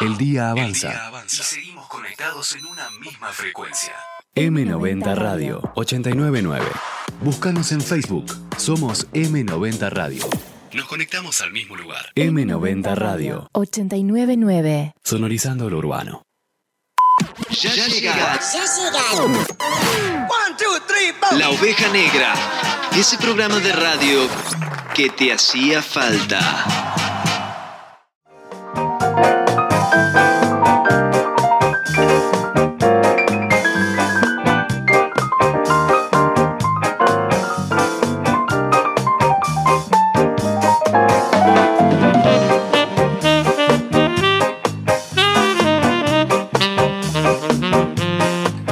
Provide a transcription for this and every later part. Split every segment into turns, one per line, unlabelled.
El día avanza.
El día avanza. Y seguimos conectados en una misma frecuencia.
M90 Radio 899. Búscanos en Facebook. Somos M90 Radio.
Nos conectamos al mismo lugar.
M90 Radio.
899.
Sonorizando lo urbano.
Ya, llegas. La oveja negra. Ese programa de radio que te hacía falta.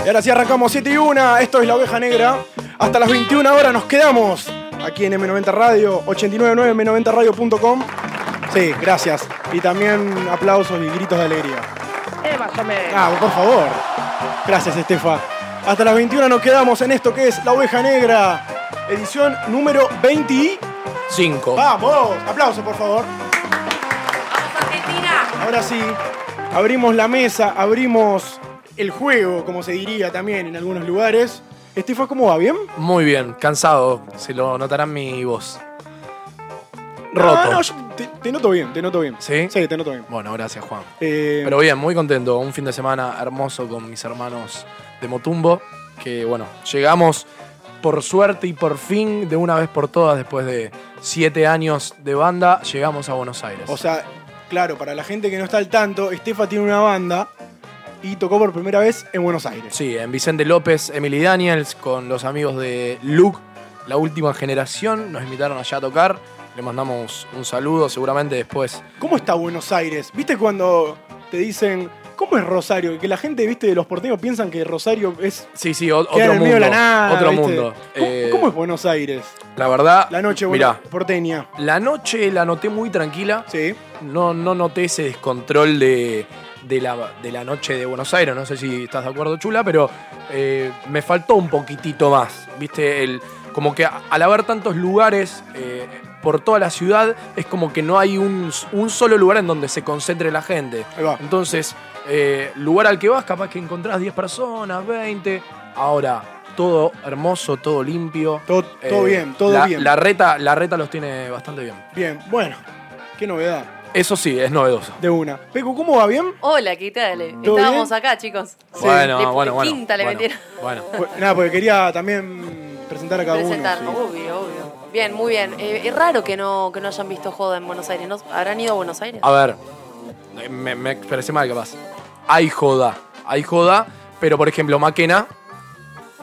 Y ahora sí arrancamos 7 y 1, esto es La Oveja Negra. Hasta las 21 horas nos quedamos aquí en M90 Radio, 899m90radio.com. Sí, gracias. Y también aplausos y gritos de alegría.
Eh, más o menos.
Ah, por favor. Gracias, Estefa. Hasta las 21 nos quedamos en esto que es La Oveja Negra, edición número 20. y-
5.
¡Vamos! Aplausos, por favor. Ahora sí, abrimos la mesa, abrimos el juego, como se diría también en algunos lugares. Estefa, ¿cómo va? ¿Bien?
Muy bien, cansado. Se lo notarán mi voz.
No,
Roto.
no, yo te, te noto bien, te noto bien.
¿Sí?
Sí, te noto bien.
Bueno, gracias, Juan.
Eh,
Pero bien, muy contento. Un fin de semana hermoso con mis hermanos de Motumbo. Que bueno, llegamos por suerte y por fin, de una vez por todas, después de siete años de banda, llegamos a Buenos Aires.
o sea, claro, para la gente que no está al tanto, Estefa tiene una banda y tocó por primera vez en Buenos Aires.
sí, en Vicente López, Emily Daniels, con los amigos de Luke, la última generación, nos invitaron allá a tocar. Le mandamos un saludo, seguramente después
¿Cómo está Buenos Aires? ¿Viste cuando te dicen, ¿cómo es Rosario? Que la gente, viste, de los porteños piensan que Rosario es...
Sí, sí, o- otro
queda en el
mundo.
medio de la nada.
otro
¿viste?
mundo.
¿Cómo,
Eh,
cómo es Buenos Aires?
La verdad,
La noche bueno,
mirá,
porteña.
la noche la noté muy tranquila.
Sí.
No, no noté ese descontrol de, de la, de la noche de Buenos Aires. No sé si estás de acuerdo, Chula, pero eh, me faltó un poquitito más. Viste, el, como que a- al haber tantos lugares eh, por toda la ciudad, es como que no hay un, un solo lugar en donde se concentre la gente.
Ahí va.
Entonces, eh, lugar al que vas, capaz que encontrás 10 personas, 20. Ahora, todo hermoso, todo limpio.
Todo, todo
Eh,
bien, todo
la-
bien.
La reta, la reta los tiene bastante bien.
Bien, bueno. Qué novedad.
Eso sí, es novedoso.
De una. Peco, ¿cómo va? ¿Bien?
Hola, ¿qué tal?
¿Todo
Estábamos
bien?
acá, chicos.
Bueno,
Le-
bueno, bueno.
Quinta le
bueno,
metieron.
bueno.
Pues, nada, porque quería también presentar a cada
Presentar,
uno. sí.
obvio, obvio. Bien, muy bien. Eh, es raro que no, que no hayan visto Joda en Buenos Aires. ¿No? ¿Habrán ido a Buenos Aires?
A ver, me, me expresé mal capaz. Hay joda, hay joda, pero por ejemplo, Maquena,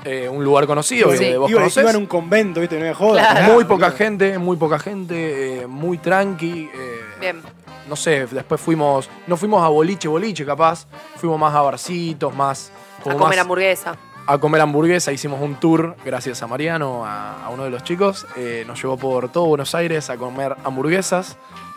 eh, un lugar conocido
Iba-
que vos
iba,
conocés.
iba en un convento, ¿viste? No me jodas.
Claro.
nada,
Muy poca
boludo.
gente, muy poca gente, eh, muy tranqui. eh,
Bien.
No sé, después fuimos, no fuimos a boliche, boliche capaz, fuimos más a barcitos, más...
A
como
comer
más-
hamburguesa.
a comer hamburguesa, hicimos un tour, gracias a Mariano, a, a uno de los chicos, eh, nos llevó por todo Buenos Aires a comer hamburguesas,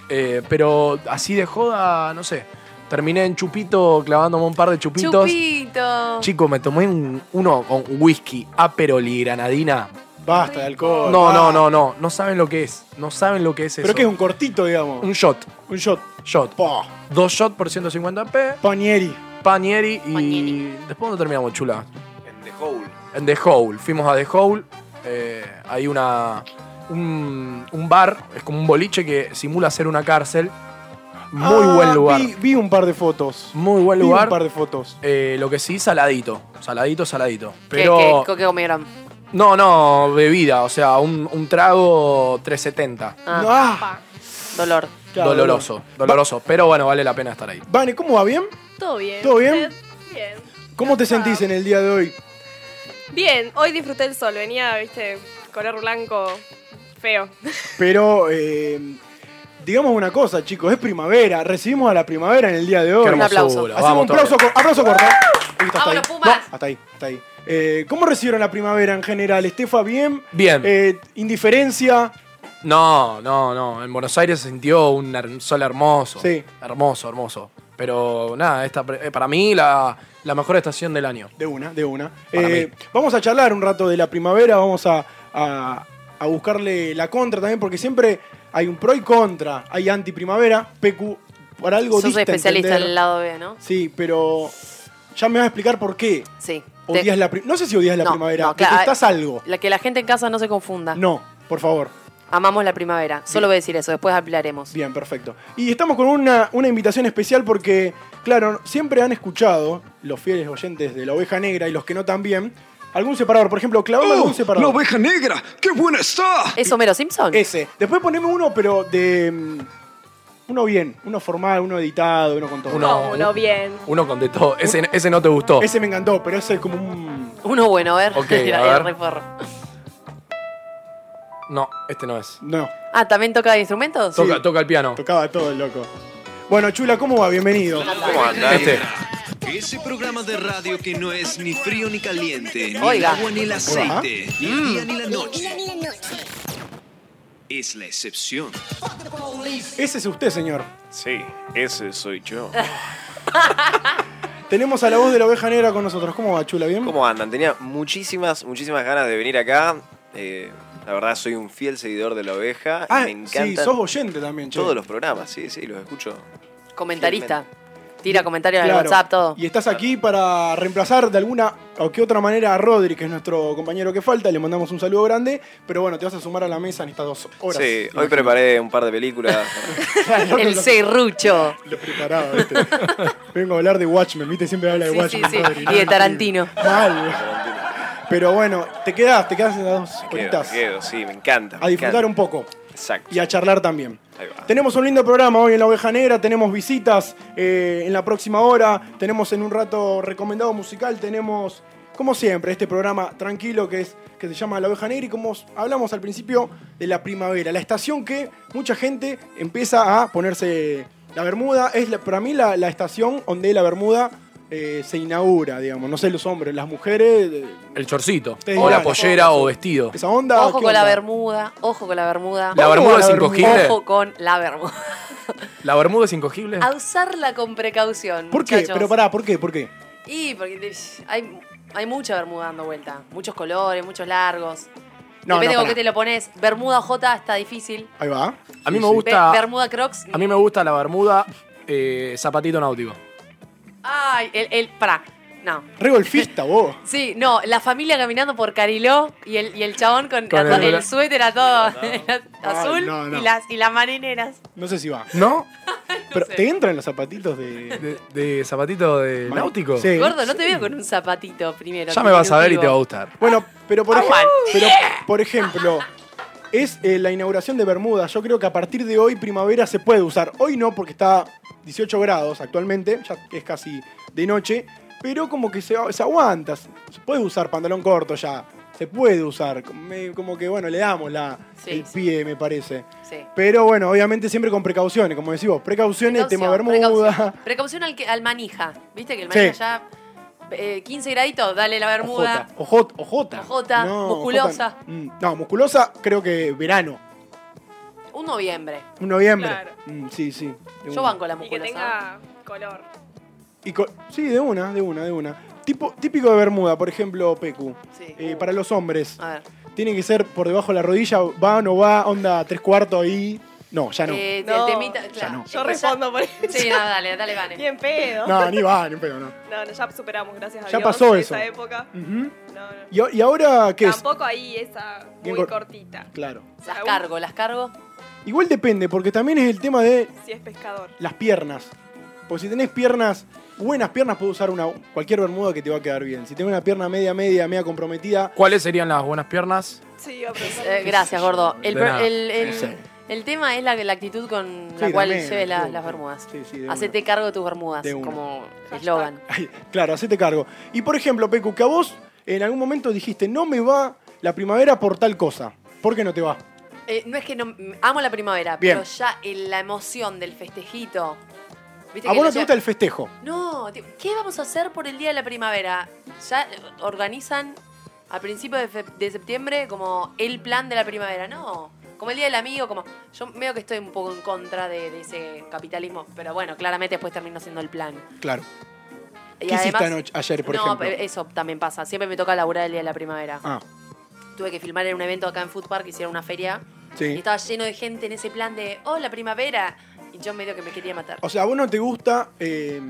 eh, pero así de joda, no sé, terminé en Chupito clavándome un par de chupitos.
Chupito.
Chico, me tomé un- uno con whisky, Aperol y granadina.
Basta de alcohol.
No,
basta.
no, no, no, no saben lo que es, no saben lo que es eso.
Oh, Pero que es un cortito, digamos.
Un
Un,
shot,
shot.
shot.
Po.
Dos shots por 150p,
Panieri.
panieri y...
Panieri.
¿Después dónde terminamos, chula?
En The Hole.
En The Hole, fuimos a The Hole. eh, hay una. Un, un bar, es como un boliche que simula ser una cárcel. Muy
Ah,
buen lugar.
Vi, vi un par de fotos.
Muy buen
Vi
lugar.
un par de fotos.
Eh, lo que sí, saladito. Saladito, saladito.
¿Qué-
Pero.
qué, qué comieron?
No, no, bebida. O sea, un, un trago 370.
Ah,
No, ah,
Dolor.
claro,
doloroso. Doloroso. Pero bueno, vale la pena estar ahí.
Vane, ¿cómo va? ¿Bien?
Todo bien.
¿Todo bien?
¿Usted? Bien.
¿Cómo te sentís en el día de hoy?
Bien, hoy disfruté el sol. Venía, viste, color blanco feo.
Pero, eh, digamos una cosa, chicos, es primavera. Recibimos a la primavera en el día de hoy.
Qué
Un aplauso.
hermosura.
Hacemos
Vamos,
un aplauso,
Torque.
cor- aplauso corto. Listo, hasta ahí.
¡Vámonos, Pumas!
Hasta ahí, hasta ahí. Eh, ¿Cómo recibieron la primavera en general? ¿Estefa bien?
Bien.
Eh, ¿Indiferencia?
No, no, no. En Buenos Aires se sintió un her- sol hermoso.
Sí.
Hermoso, hermoso. Pero nada, esta, pre- eh, para mí la, la mejor estación del año.
De una, de una.
Para
Eh, vamos a charlar un rato de la primavera, vamos a, a- a buscarle la contra también, porque siempre hay un pro y contra. Hay anti-primavera, PQ por algo
Sos
diste a
especialista en
entender.
el lado B, ¿no?
Sí, pero ya me vas a explicar por qué
Sí. Te-
odias la pri- No sé si odias la
No,
primavera,
no, claro, eh,
detestás algo.
La que la gente en casa no se confunda.
No, por favor.
Amamos la primavera. Solo voy a decir eso, después hablaremos.
Bien, perfecto. Y estamos con una, una invitación especial porque, claro, siempre han escuchado los fieles oyentes de la oveja negra y los que no también, algún separador. Por ejemplo, clavame algún
¡Oh, ¡La
separador.
oveja negra! ¡Qué buena está!
¿Es Homero Simpson?
Ese. Después poneme uno, pero de. mm, Uno bien, uno formal, uno editado, uno con todo.
Uno-
No, uno bien.
Uno con de todo. Ese, ese no te gustó.
Ese me encantó, pero ese es como un.
Uno bueno, a ver.
Ok,
Era-
a
era
ver.
re forro.
No, este no es.
No,
Ah, ¿también toca instrumentos?
Toca, toca el piano.
tocaba todo el loco. Bueno, Chula, ¿cómo va? Bienvenido.
¿Cómo anda?
Este.
Ese programa de radio que no es ni frío ni caliente, ni
Oiga.
el agua ni el aceite, ni
Mm.
el día ni la noche. Es la excepción.
Ese es usted, señor.
Sí, ese soy yo.
Tenemos a la voz de la oveja negra con nosotros. ¿Cómo va, Chula? ¿Bien?
¿Cómo andan? Tenía muchísimas, muchísimas ganas de venir acá. Eh, la verdad, soy un fiel seguidor de la oveja.
Ah,
me encantan
sí, sos oyente también, che.
todos los programas, sí, sí, los escucho.
Comentarista. Tira comentarios en el
Claro.
WhatsApp, todo.
Y estás aquí para reemplazar de alguna o que otra manera a Rodri, que es nuestro compañero que falta. Le mandamos un saludo grande. Pero bueno, te vas a sumar a la mesa en estas dos horas.
sí, hoy
Imagino.
preparé un par de películas.
Claro,
El
lo-
serrucho.
Lo preparaba, ¿viste? Vengo a hablar de Watchmen, ¿viste? Siempre habla de
Sí, sí,
Watchmen.
sí.
Rodri, ¿no?
Y de Tarantino.
Mal. Pero bueno, te quedás, te quedás en las dos
Me quedo,
horitas.
me quedo, sí, me encanta.
A disfrutar un poco
poco. Exacto.
y a charlar también.
Ahí va.
Tenemos un lindo programa hoy en La Oveja Negra, tenemos visitas eh, en la próxima hora, tenemos en un rato recomendado musical, tenemos, como siempre, este programa tranquilo que, es, que se llama La Oveja Negra y como os- hablamos al principio de la primavera, la estación que mucha gente empieza a ponerse la bermuda, es la- para mí la, la estación donde la bermuda eh, se inaugura, digamos, no sé los hombres, las mujeres, eh,
El chorcito.
Te
O la
dirán.
pollera o vestido.
esa onda...
Ojo
ah, ¿qué
con la
onda?
bermuda, ojo con la bermuda.
La bermuda es
la bermuda.
incogible.
Ojo con la bermuda.
La bermuda es incogible.
A usarla con precaución.
¿Por qué?
muchachos.
Pero pará, Ah, ¿por qué? ¿Por qué?
Y porque te- hay, hay mucha bermuda dando vuelta. Muchos colores, muchos largos.
No,
Depende
no,
con
pará.
qué te lo pones. Bermuda J está difícil.
Ahí va.
A mí
Sí,
me
sí.
Be-
gusta.
bermuda Crocs.
A mí me gusta la bermuda eh, zapatito náutico.
Ay, el, el. Pará. No.
Re golfista, vos.
Sí, no, la familia caminando por Cariló y el, y el chabón con,
Con
la-
el-
el, suéter a todo azul
no, no.
Y, las, y las marineras.
No sé si va.
¿No?
Pero
sé.
te entran los zapatitos de.
De, de zapatito de
Bueno,
náutico.
sí.
Gordo, no te veo con un zapatito primero.
Ya me vas a ver y te va a
diminutivo.
gustar.
Bueno, pero por,
Ah,
ej-
bueno.
pero, por ejemplo, es eh, la inauguración de Bermuda. Yo creo que a partir de hoy, primavera, se puede usar. Hoy no, porque está 18 grados actualmente, ya es casi de noche. Pero como que se, se aguanta. Se puede usar pantalón corto ya. Se puede usar. Me- como que, bueno, le damos la,
Sí,
el
sí.
pie, me parece.
Sí.
Pero bueno, obviamente siempre con precauciones, como decís vos. Precauciones, tema Bermuda.
Precaución, precaución al, que- al manija. Viste que el manija
Sí.
ya. eh, 15 graditos, dale la bermuda.
Ojota. Ojota.
Ojota, musculosa.
ojota. Mm, no, musculosa creo que verano.
Un noviembre.
Un noviembre.
Claro.
Mm, sí, sí. de
Yo
una.
banco la
Y que
musculosa.
tenga color.
Y co- sí, de una, de una, de una. Tipo, típico de Bermuda, por ejemplo, Pecu.
Sí. Uh.
Eh, para los hombres,
A ver.
tiene que ser por debajo de la rodilla, va o no va, onda tres cuartos ahí. No, ya no.
Eh, te-
No,
temita-
Pues ya
claro.
no.
Yo
Después ya-
respondo por eso.
Sí, no, dale, dale, Vane.
Bien pedo. No.
No, ni va, ni pero no.
no, ya superamos, gracias a
Ya
Dios.
pasó eso.
Esa época.
Ujú.
No, no.
¿Y, a- y ahora qué es?
Tampoco ahí esa
Bien
muy
cor-
cortita.
Claro.
Las cargo, las cargo.
Igual depende, porque también es el tema de
Si es pescador.
las piernas. Porque si tenés piernas, buenas piernas, puedes usar una, cualquier bermuda que te va a quedar bien. Si tenés una pierna media, media, media comprometida,
¿Cuáles serían las buenas piernas?
Sí, yo
Eh, gracias, gordo. El,
De
pro-
nada.
el- el-
Sí.
el tema es la, la actitud con
Sí,
la cual
también,
lleves la-
seguro.
las bermudas.
Sí, sí, de una.
Hacete cargo de tus bermudas,
De una.
como
Hashtag.
eslogan.
Ay, claro, hacete cargo. Y por ejemplo, Pecu, que a vos en algún momento dijiste, no me va la primavera por tal cosa. ¿Por qué no te va?
Eh, no es que no, amo la primavera,
Bien.
pero ya en la emoción del festejito. ¿Viste
A
que
vos no
la
te
lle-
gusta el festejo.
No, tío, ¿qué vamos a hacer por el día de la primavera? Ya eh, organizan a principios de, fe- de septiembre como el plan de la primavera, ¿no? Como el día del amigo, como. Yo veo que estoy un poco en contra de, de ese capitalismo, pero bueno, claramente después termino siendo el plan.
Claro.
Y
¿Qué hiciste
además-
anoche- ayer, por
no,
ejemplo?
pero eso también pasa. Siempre me toca laburar el día de la primavera.
Ah,
Tuve que filmar en un evento acá en Food Park, hicieron una feria. Y
sí.
estaba lleno de gente en ese plan de, oh, la primavera. Y yo medio que me quería matar.
O sea, ¿a vos no te gusta eh,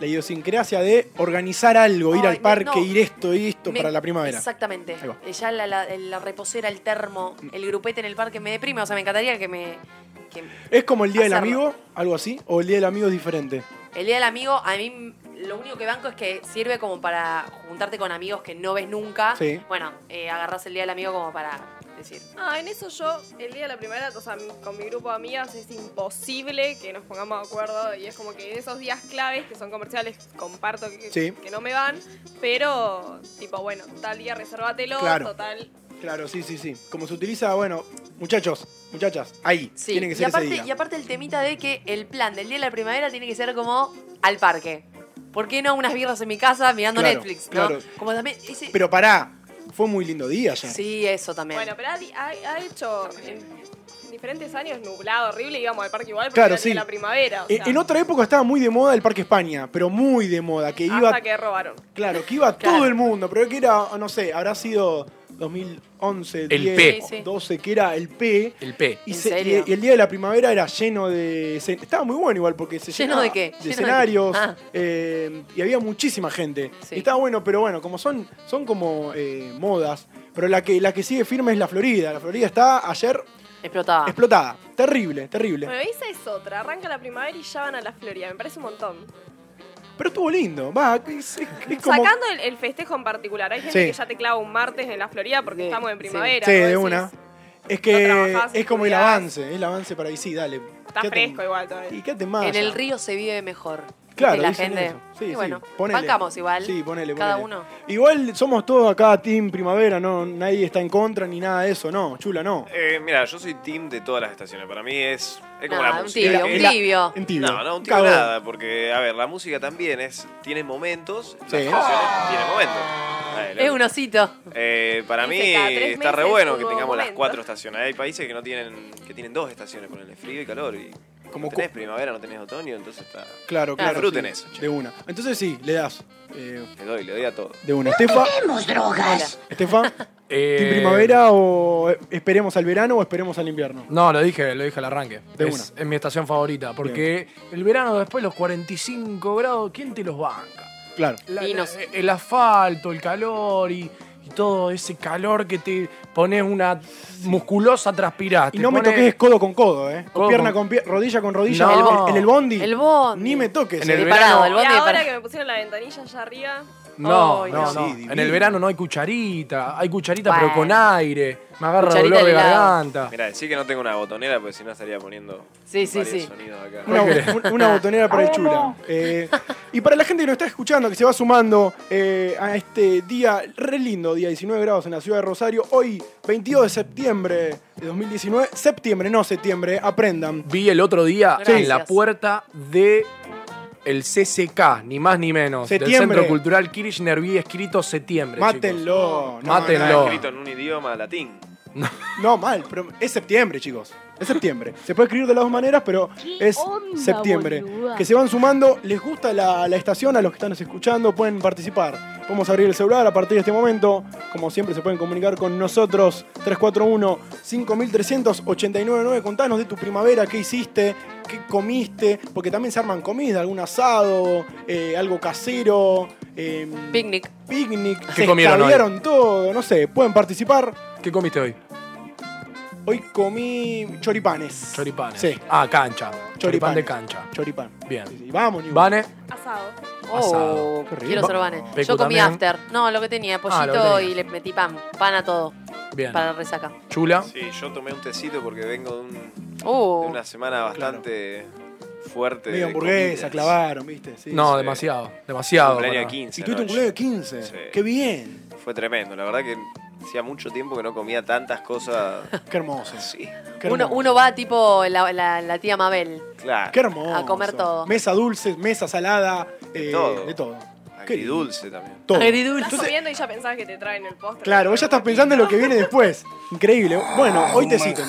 la idiosincrasia de organizar algo, ir
Ay,
al
me-
parque,
no.
ir esto y esto
Me-
para la primavera?
Exactamente.
Ahí va. Mm.
Eh, Ya la, la- la reposera, el termo, el grupete en el parque me deprime. O sea, me encantaría que me. que-
¿Es como el Día del
Hacerlo.
Amigo, algo así? ¿O el Día del Amigo es diferente?
El día del amigo, a mí mm, lo único que banco es que sirve como para juntarte con amigos que no ves nunca.
Sí.
Bueno, eh, agarrás el día del amigo como para decir.
Ah, en eso yo, el día de la primera, o sea, con mi grupo de amigas es imposible que nos pongamos de acuerdo y es como que en esos días claves que son comerciales comparto que,
Sí.
que no me van, pero tipo, bueno, tal día resérvatelo,
Claro.
total.
Claro, sí, sí, sí. Como se utiliza, bueno, muchachos, muchachas, ahí.
Sí.
Tiene que
y,
ser
aparte,
ese día.
y aparte el temita de que el plan del día de la primavera tiene que ser como al parque. ¿Por qué no unas birras en mi casa mirando
Claro,
Netflix? ¿no?
claro.
Como también. ese-
Pero pará, fue muy lindo día ya.
sí, eso también.
Bueno, pero ha, di- ha- ha hecho en diferentes años nublado, horrible, íbamos al parque igual porque
Claro,
era el día
sí.
de la primavera. o
Eh,
sea,
en otra época estaba muy de moda el Parque España, pero muy de moda, que iba,
hasta que robaron.
claro, que iba
Claro.
todo el mundo, pero que era, no sé, habrá sido 2011,
El
10,
P.
Sí, sí.
12, que era el P.
El P.
Y,
¿En
se-
serio?
y- y el día de la primavera era lleno de. escen- Estaba muy bueno igual porque se
¿Lleno de
llenaba
qué? ¿Lleno de qué?
escenarios.
Ah.
eh, y había muchísima gente.
Sí.
Y estaba bueno, pero bueno, como son, son como eh, modas. Pero la que, la que sigue firme es la Florida. La Florida está ayer
Explotaba.
explotada. Terrible, terrible.
Eh.
Bueno, esa es otra, arranca la primavera y ya van a la Florida, me parece un montón.
Pero estuvo lindo. Va, es, es- es como.
Sacando el, el festejo en particular, hay gente
Sí.
que ya te clava un martes en la Florida porque
Sí,
estamos en
sí.
primavera.
Sí,
vos
de
decís,
una. Es
no
que
trabajás,
es como el
estudiás.
avance, es el avance para ahí. Sí, dale.
Está
quédate-
fresco igual todavía.
Y quédate más.
En el
allá.
río se vive mejor.
Claro,
Y la
dicen
gente.
eso. Sí,
y
sí,
bueno,
ponele.
bancamos igual.
Sí, ponele,
Cada
ponele.
uno.
Igual somos todos acá team primavera, no, nadie está en contra ni nada de eso, no, chula, no.
Eh, mira, yo soy team de todas las estaciones. Para mí es, es como
Nada,
la
un
música.
tibio,
Es-
un tibio.
En tibio.
No, no, un tibio
Cagón.
nada, porque, a ver, la música también es tiene momentos,
Sí.
las canciones tienen momentos. Dale,
Es un osito.
eh, para mí
Dice, cada tres
está re
meses
bueno
un
que
nuevo
tengamos las
momento.
cuatro estaciones. Hay países que no tienen que tienen dos estaciones, ponele frío y calor. Y
Como
no tenés primavera, no tenés otoño, entonces está.
Claro, claro.
Disfruten
sí,
eso, che.
De una. Entonces sí, le das. eh,
Le doy, le doy a todo.
de una. Estefa, Estefa,
Eh,
¿team primavera o esperemos al verano o esperemos al invierno?
No, lo dije, lo dije al arranque.
De
es, es mi estación favorita. Porque el verano después, los 45 grados, ¿quién te los banca?
Claro.
La-
Y
la-
nos-
el asfalto, el calor y, y todo ese calor que te pones una musculosa transpiraste.
Y no me
pones-
toques codo con codo, ¿eh. O
Codo
pierna
con-
con pierna, rodilla con rodilla.
No.
En el- En el bondi.
El bondi.
Ni me toques.
En
eh.
el
Parado,
verano-
el
Y
bondi
ahora
parado.
que me pusieron la ventanilla allá arriba,
No,
Ay,
no,
no.
no.
Sí, divino.
en el verano no hay cucharita. Hay cucharita, pero con
Bueno.
aire. Me agarra
Cucharita
dolor de
de helado.
garganta.
Mira, decí que no tengo una botonera, porque si no estaría poniendo
Sí, sí,
varios
sí.
sonidos acá.
Una, un- una botonera para el chula. Eh, y para la gente que nos está escuchando, que se va sumando eh, a este día, re lindo día, 19 grados en la ciudad de Rosario, hoy 22 de septiembre de 2019, septiembre, no septiembre, aprendan.
Vi el otro día
Gracias.
en la puerta de el CCK, ni más ni menos. Del
Septiembre.
Centro Cultural Kirchner vi escrito septiembre. chicos.
Mátenlo. No,
Mátenlo.
No,
Está escrito en un idioma latín.
no, mal, pero es septiembre, chicos. Es septiembre. Se puede escribir de las dos maneras, pero es septiembre. Que se van sumando, les gusta la, la estación, a los que están escuchando pueden participar. Vamos a abrir el celular a partir de este momento. Como siempre, se pueden comunicar con nosotros. 341-5389. Contanos de tu primavera, qué hiciste, qué comiste, porque también se arman comida, algún asado, eh, algo casero. eh,
Picnic.
picnic,
¿Qué
se
comieron hoy?
escabiaron todo, no sé, pueden participar.
¿Qué comiste hoy?
Hoy comí choripanes.
Choripanes.
Sí,
Ah, cancha. Choripán
Choripanes.
de cancha.
choripán.
Bien.
Sí, sí, Vamos, Nico.
Vane,
asado.
Oh,
Asado.
Qué rico.
quiero ser vanes.
Pecu
Yo comí
también.
after. No, lo que tenía, pollito
Ah, lo que tenía.
y le metí pan. Pan a todo.
bien.
Para la resaca.
Chula.
Sí, yo tomé un tecito porque vengo de, un- de
Uh,
una semana bastante fuerte.
Medio
este, de
hamburguesa,
comidas.
clavaron, ¿viste? Sí,
no,
sí.
demasiado. Demasiado.
Cumpleaños de
para-
15
Y tuviste un
anoche.
cumpleaños de 15.
Sí.
Qué bien.
Fue tremendo, la verdad que hacía mucho tiempo que no comía tantas cosas
Qué hermoso.
así.
Qué hermoso.
uno, uno va tipo la, la- la tía Mabel.
Qué
Claro.
hermoso.
A comer todo.
Mesa dulce, mesa salada, eh,
todo.
de todo. Qué
Aquí
lindo.
dulce también.
Todo.
Agridulce.
Estás comiendo y ya pensabas que te traen el postre.
Claro, vos ya estás pensando en lo que viene después. Increíble. Bueno, hoy
Oh
te cito.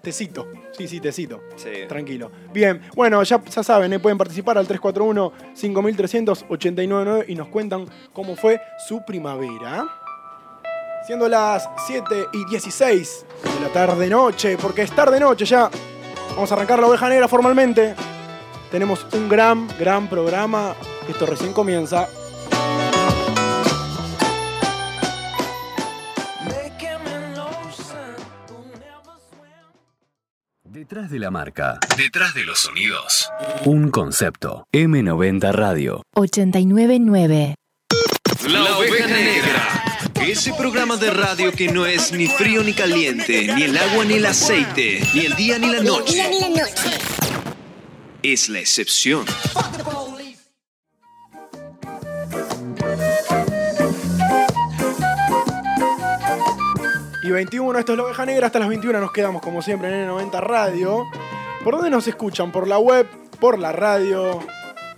Te cito. Sí, sí, te cito.
Sí.
Tranquilo. Bien, bueno, ya, ya saben, ¿eh? pueden participar al 341-5389 y nos cuentan cómo fue su primavera. Siendo las 7 y 16 de la tarde-noche, porque es tarde-noche ya. Vamos a arrancar la oveja negra formalmente. Tenemos un gran, gran programa. Esto recién comienza.
Detrás de la marca,
Detrás de los sonidos.
un concepto. M90 Radio.
899.
La Oveja Negra. Ese programa de radio que no es ni frío ni caliente, ni el agua ni el aceite, ni el día ni la noche. Es la excepción.
Y 21, esto es la oveja negra. Hasta las 21 nos quedamos, como siempre, en N90 Radio. ¿Por dónde nos escuchan? ¿Por la web? ¿Por la radio?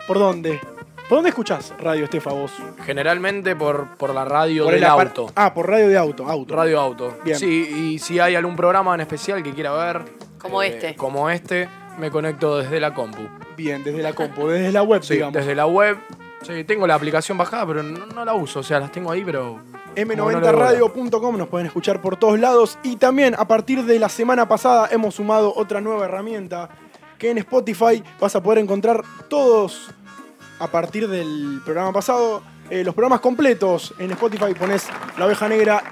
¿Por dónde? ¿Por dónde escuchás radio, Estefa, vos?
Generalmente por, por la radio
Por
del
el apar-
auto.
Ah, por radio de auto, auto.
Radio auto.
Bien.
Sí, y si hay algún programa en especial que quiera ver. eh,
Como este.
Como este, me conecto desde la compu.
Bien, desde la compu, desde la web,
Sí,
digamos.
desde la web. Sí, tengo la aplicación bajada, pero no, no la uso. O sea, las tengo ahí, pero. como no la veo.
M90radio.com nos pueden escuchar por todos lados y también a partir de la semana pasada hemos sumado otra nueva herramienta que en Spotify vas a poder encontrar todos a partir del programa pasado eh, los programas completos en Spotify pones La Oveja Negra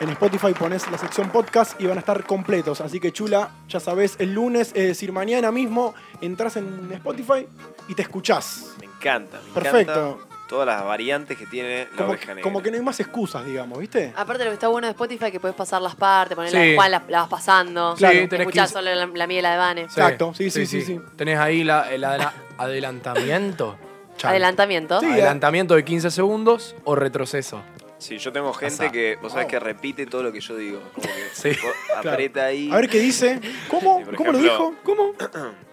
en Spotify pones la sección podcast y van a estar completos. Así que chula, ya sabes, el lunes, es decir, mañana mismo, entras en Spotify y te escuchás.
Me encanta, me
Perfecto.
encanta todas las variantes que tiene la
Como,
oveja negra.
como que no hay más excusas, digamos, ¿viste?
Aparte lo que está bueno de Spotify es que puedes pasar las partes, ponerla
Sí.
cual la, la vas pasando.
Claro.
Te
tenés
escuchás
15.
solo la, la mía y la de Vane.
Sí,
Exacto, sí, sí, sí, sí.
Tenés ahí la- el adela- adelantamiento. Chan.
Adelantamiento.
Sí.
Adelantamiento de 15 segundos o retroceso.
Sí, yo tengo gente
Pasa.
que, vos sabés
Oh.
que repite todo lo que yo digo. Como que
Sí.
vos aprieta ahí.
A ver qué dice. ¿Cómo?
Sí, por
¿Cómo lo dijo?
ejemplo.
¿Cómo?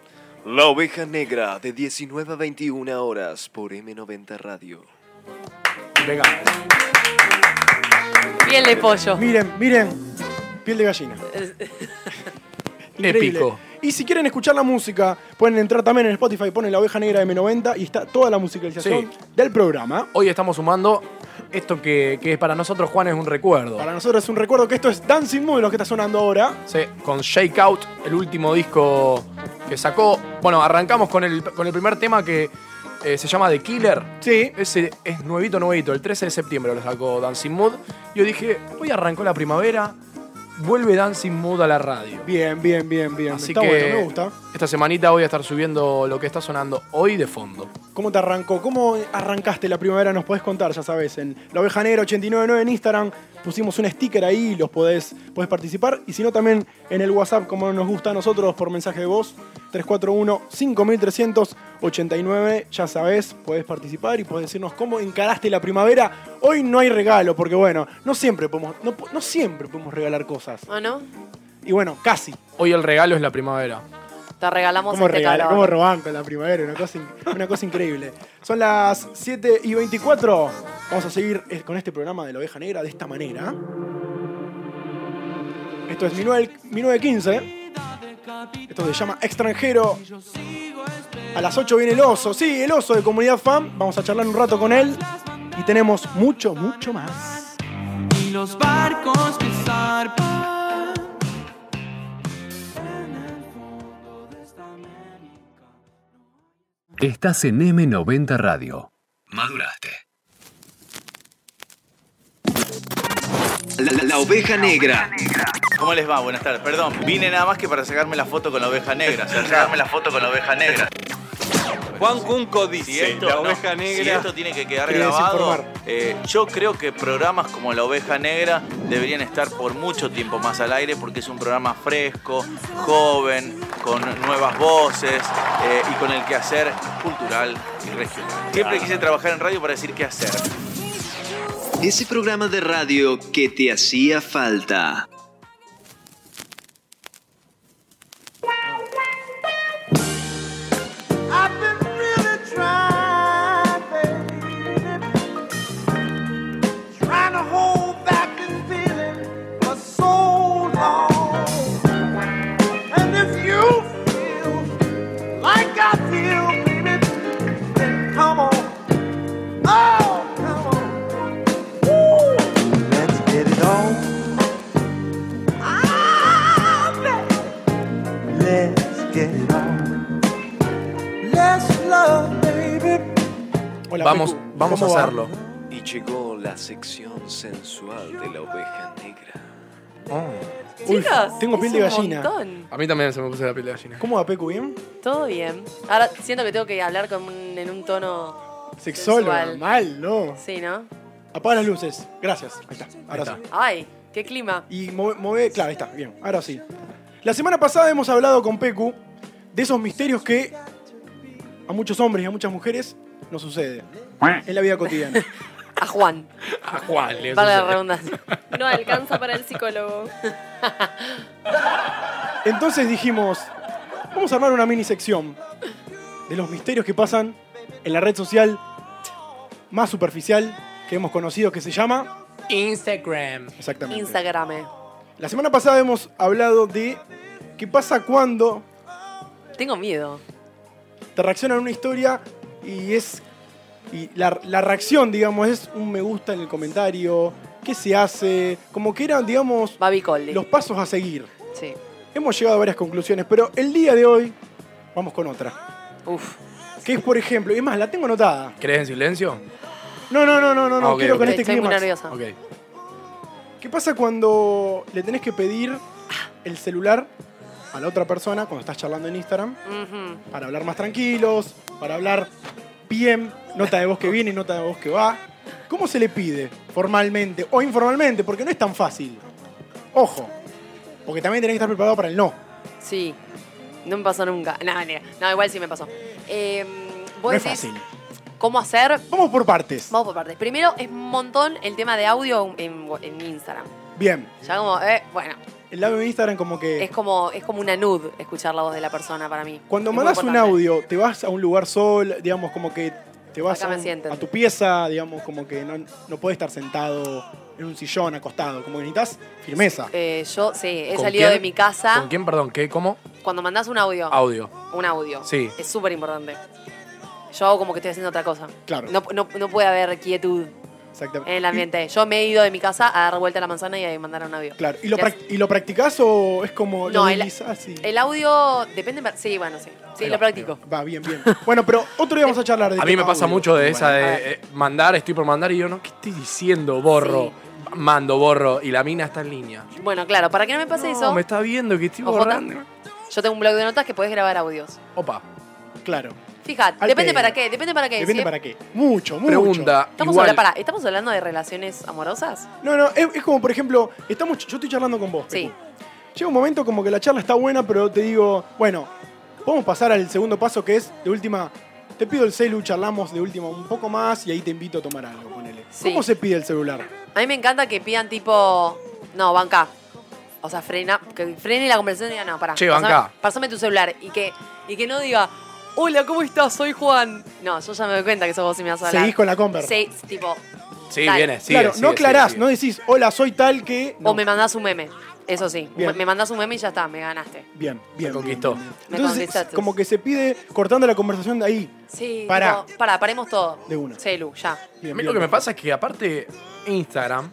La oveja negra de 19 a 21 horas por M90 Radio.
Venga.
Bien le pollo.
Miren, miren. Piel de gallina. Increíble.
Épico.
Y si quieren escuchar la música, pueden entrar también en Spotify, ponen la oveja negra M90 y está toda la musicalización
Sí.
del programa.
Hoy estamos sumando esto que, que para nosotros, Juan, es un recuerdo.
Para nosotros es un recuerdo que esto es Dancing Moon lo que está sonando ahora.
Sí, con Shake Out, el último disco que sacó. Bueno, arrancamos con el, con el primer tema que eh, se llama The Killer.
Sí.
Ese es nuevito, nuevito. El 13 de septiembre lo sacó Dancing Mood. Yo dije, hoy arrancó la primavera, vuelve Dancing Mood a la radio.
Bien, bien, bien, bien.
Así
está
que
bueno, me gusta.
esta semanita voy a estar subiendo lo que está sonando hoy de fondo.
¿Cómo te arrancó? ¿Cómo arrancaste la primavera? Nos podés contar, ya sabes, en La Oveja Negra 899 en Instagram. Pusimos un sticker ahí, los podés, podés participar. Y si no, también en el WhatsApp, como nos gusta a nosotros, por mensaje de voz, 341-5389. Ya sabes, podés participar y podés decirnos cómo encaraste la primavera. Hoy no hay regalo, porque bueno, no siempre podemos, no, po- no siempre podemos regalar cosas.
¿O no?
Y bueno, casi.
Hoy el regalo es la primavera.
Te regalamos
¿Cómo,
este
regala-
calor.
cómo roban con la primavera? Una cosa, in- una cosa increíble. Son las 7 y 24. Vamos a seguir eh, con este programa de la oveja negra de esta manera. Esto es 19 1915. Esto se llama Extranjero. A las 8 viene el oso. Sí, el oso de Comunidad Fan. Vamos a charlar un rato con él. Y tenemos mucho, mucho más.
y los barcos que zarpan en el fondo de esta América.
Estás en M90 Radio.
Maduraste.
La, la- la Oveja Negra.
¿Cómo les va? Buenas tardes. Perdón, vine nada más que para sacarme la foto con la oveja negra. O sea, sacarme la foto con la oveja negra. Juan Cunco dice, la oveja negra... Si esto tiene que quedar
Quiere
grabado,
desinformar.
eh, yo creo que programas como La Oveja Negra deberían estar por mucho tiempo más al aire porque es un programa fresco, joven, con nuevas voces eh, y con el quehacer cultural y regional. Siempre quise trabajar en radio para decir qué hacer.
Ese programa de radio que te hacía falta.
Oh, Ah,
Hola,
vamos,
Pecu.
vamos a
¿Cómo va?
hacerlo.
Y llegó la sección sensual de la oveja negra.
Oh. Uy,
Chicos,
tengo
es
piel de
un
gallina.
montón.
A mí también se me puso la piel de gallina.
¿Cómo va Pecu? ¿Bien?
Todo bien. Ahora siento que tengo que hablar con un- en un tono
Sexóloga,
sensual.
mal, no.
Sí, ¿no?
Apaga las luces. Gracias. Ahí está. Ahora sí.
Ay, qué clima.
Y move, move- claro, ahí está, bien, ahora sí. La semana pasada hemos hablado con Pecu de esos misterios que a muchos hombres y a muchas mujeres nos sucede en la vida cotidiana.
A Juan.
A Juan le
Para la
sucede.
redundancia.
No alcanza para el psicólogo.
Entonces dijimos, vamos a armar una mini sección de los misterios que pasan en la red social más superficial que hemos conocido que se llama
Instagram.
exactamente.
Instagram.
La semana pasada hemos hablado de qué pasa cuando
Tengo miedo.
te reaccionan una historia y es. Y la, la reacción, digamos, es un me gusta en el comentario, qué se hace, como que eran, digamos, los pasos a seguir.
Sí.
Hemos llegado a varias conclusiones, pero el día de hoy vamos con otra.
Uf.
Que es, por ejemplo, y es más, la tengo anotada.
¿Querés en silencio?
No, no, no, no, no, no,
Ah, ok,
quiero
ok.
con este
Estoy muy
clima.
nerviosa.
Ok.
¿Qué pasa cuando le tenés que pedir el celular a la otra persona cuando estás charlando en Instagram?
Mm-hmm.
Ujú.
para hablar más tranquilos, para hablar bien, nota de voz que viene, nota de voz que va. ¿Cómo se le pide? Formalmente o informalmente, porque no es tan fácil. Ojo, porque también tenés que estar preparado para el no.
Sí. No me pasó nunca. No, no, no, igual sí me pasó. Eh,
No
vos
es
decís
fácil.
cómo hacer.
Vamos por partes.
Vamos por partes. Primero, es un montón el tema de audio en, en Instagram.
Bien,
Ya como, eh, bueno,
el lado de Instagram como que
es como, es como una nud escuchar la voz de la persona para mí.
cuando
Es muy
mandas un
importante.
audio, te vas a un lugar sol, digamos como que te vas
Acá
a,
me
un-
sienten.
a tu pieza, digamos como que no, no puedes estar sentado en un sillón acostado, como que necesitas firmeza.
Eh, yo, sí, he
¿Con
salido
quién?
de mi casa.
¿Con quién, perdón? ¿Qué? ¿Cómo?
Cuando mandás un audio,
Audio.
un audio,
Sí.
es súper importante. Yo hago como que estoy haciendo otra cosa.
Claro,
No, no, no puede haber quietud en
exactamente.
el ambiente. Yo me he ido de mi casa a dar vuelta a la manzana y a mandar un audio.
Claro, ¿y lo,
Ya
prac- y lo practicás o es como lo
No, el-
deslizás y-
El audio depende. Sí, bueno, sí. Sí,
Ahí
lo
va,
practico.
Va, bien, bien. Bueno, pero otro día vamos a charlar de
A mí me
tema
pasa
audio.
mucho de
Bueno,
esa
a
de
ver.
eh, mandar, estoy por mandar y yo no, ¿qué estoy diciendo? Borro. Mando, borro. Y la mina está en línea.
Bueno, claro, para que no me pase
No,
eso,
me está viendo que estoy
Ojota.
borrando.
yo tengo un blog de notas que podés grabar audios.
Opa.
Claro.
Fíjate,
Al
depende
pedo.
para qué, depende para qué.
Depende
¿sí?
para qué. Mucho, mucho.
Pregunta.
Estamos,
igual,
hablando, pará, ¿Estamos hablando de relaciones amorosas?
No, no, es, es como, por ejemplo, estamos, yo estoy charlando con vos.
Sí.
Pecu. Llega un momento como que la charla está buena, pero te digo, bueno, podemos pasar al segundo paso que es, de última, te pido el celu, charlamos de última un poco más y ahí te invito a tomar algo, ponele.
Sí.
¿Cómo se pide el celular?
A mí me encanta que pidan tipo. No, banca. O sea, frena, que frene la conversación y diga, no, pará.
Che,
pasame-
bancá.
Pasame tu celular. Y que, y que no diga, hola, ¿cómo estás? Soy Juan. No, yo ya me doy cuenta que sos vos y me vas a hablar.
Seguís con la conversa.
Sí, tipo,
Sí,
Dale.
viene, sí.
claro, no aclarás, no decís, hola, soy tal que... No.
o me mandás un meme. Eso sí,
Bien.
me- me mandás un meme y ya está, me ganaste.
Bien, bien.
conquistó.
bien, bien.
Me
Entonces,
conquistaste.
como que se pide cortando la conversación de ahí,
Sí,
Pará.
tipo, pará, paremos todo.
de una.
Celu, ya.
Bien,
A mí
bien.
lo que me pasa es que aparte Instagram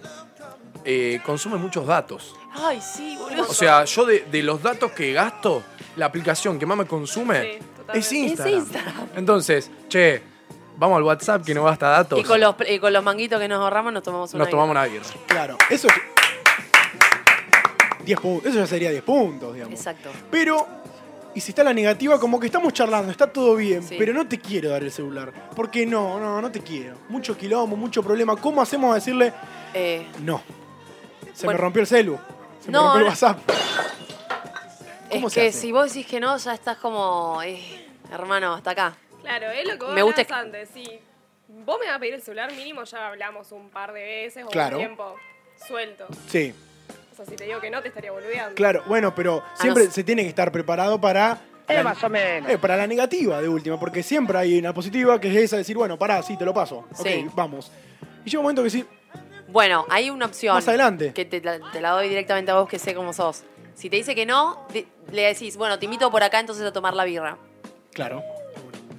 eh, consume muchos datos.
Ay, sí, boludo.
O sea, yo de, de los datos que gasto, la aplicación que más me consume
Sí, totalmente.
es Instagram.
Es Instagram.
Entonces, che, vamos al WhatsApp que no gasta datos.
y con, los, y con los manguitos que nos ahorramos nos tomamos una
Nos tomamos una birra.
Claro, eso es. 10 puntos. Eso ya sería 10 puntos, digamos.
Exacto.
Pero, y si está la negativa, como que estamos charlando, está todo bien,
Sí.
pero no te quiero dar el celular. Porque no, no, no te quiero. Mucho quilombo, mucho problema. ¿Cómo hacemos a decirle
Eh,
no? Se
Bueno.
me rompió el celu. Se me
No,
rompió el
no.
WhatsApp. ¿Cómo
es
se
que
hace?
si vos decís que no, ya estás como, eh, hermano, hasta acá.
Claro, eh, es lo que vos
Me gusta
hablabas antes, sí. Vos me vas a pedir el celular mínimo, ya hablamos un par de veces o
Claro.
un tiempo suelto.
Sí,
O sea, si te digo que no, te estaría boludeando.
claro. Bueno, pero siempre
nos-
se tiene que estar preparado para. la- eh, para la negativa de última, porque siempre hay una positiva que es esa de decir, bueno, pará, sí, te lo paso.
Sí.
Ok, vamos. Y llega un momento que sí,
Bueno, hay una opción.
Más adelante.
Que te, la- te la doy directamente a vos que sé cómo sos. Si te dice que no, de- le decís, bueno, te invito por acá entonces a tomar la birra.
claro,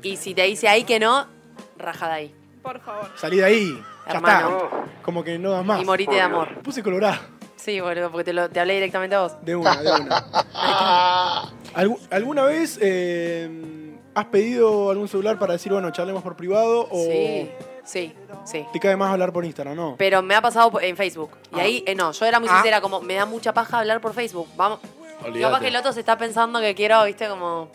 Y si te dice ahí que no, raja de ahí.
Por favor.
Salí de ahí. Ya
Hermano.
está. Como que no das más.
Y morite de amor.
Puse colorado.
Sí, boludo, porque te, lo- te hablé directamente a vos.
De una, de una. Algu- ¿Alguna vez eh, ¿Has pedido algún celular para decir, bueno, charlemos por privado o
Sí,
Oh.
sí, sí.
te cae más hablar por Instagram? No.
Pero me ha pasado por- en Facebook. Y
Ah.
ahí, eh, no, yo era muy sincera, como, me da mucha paja hablar por Facebook. Vamos. Capaz que el otro se está pensando que quiero, viste, como.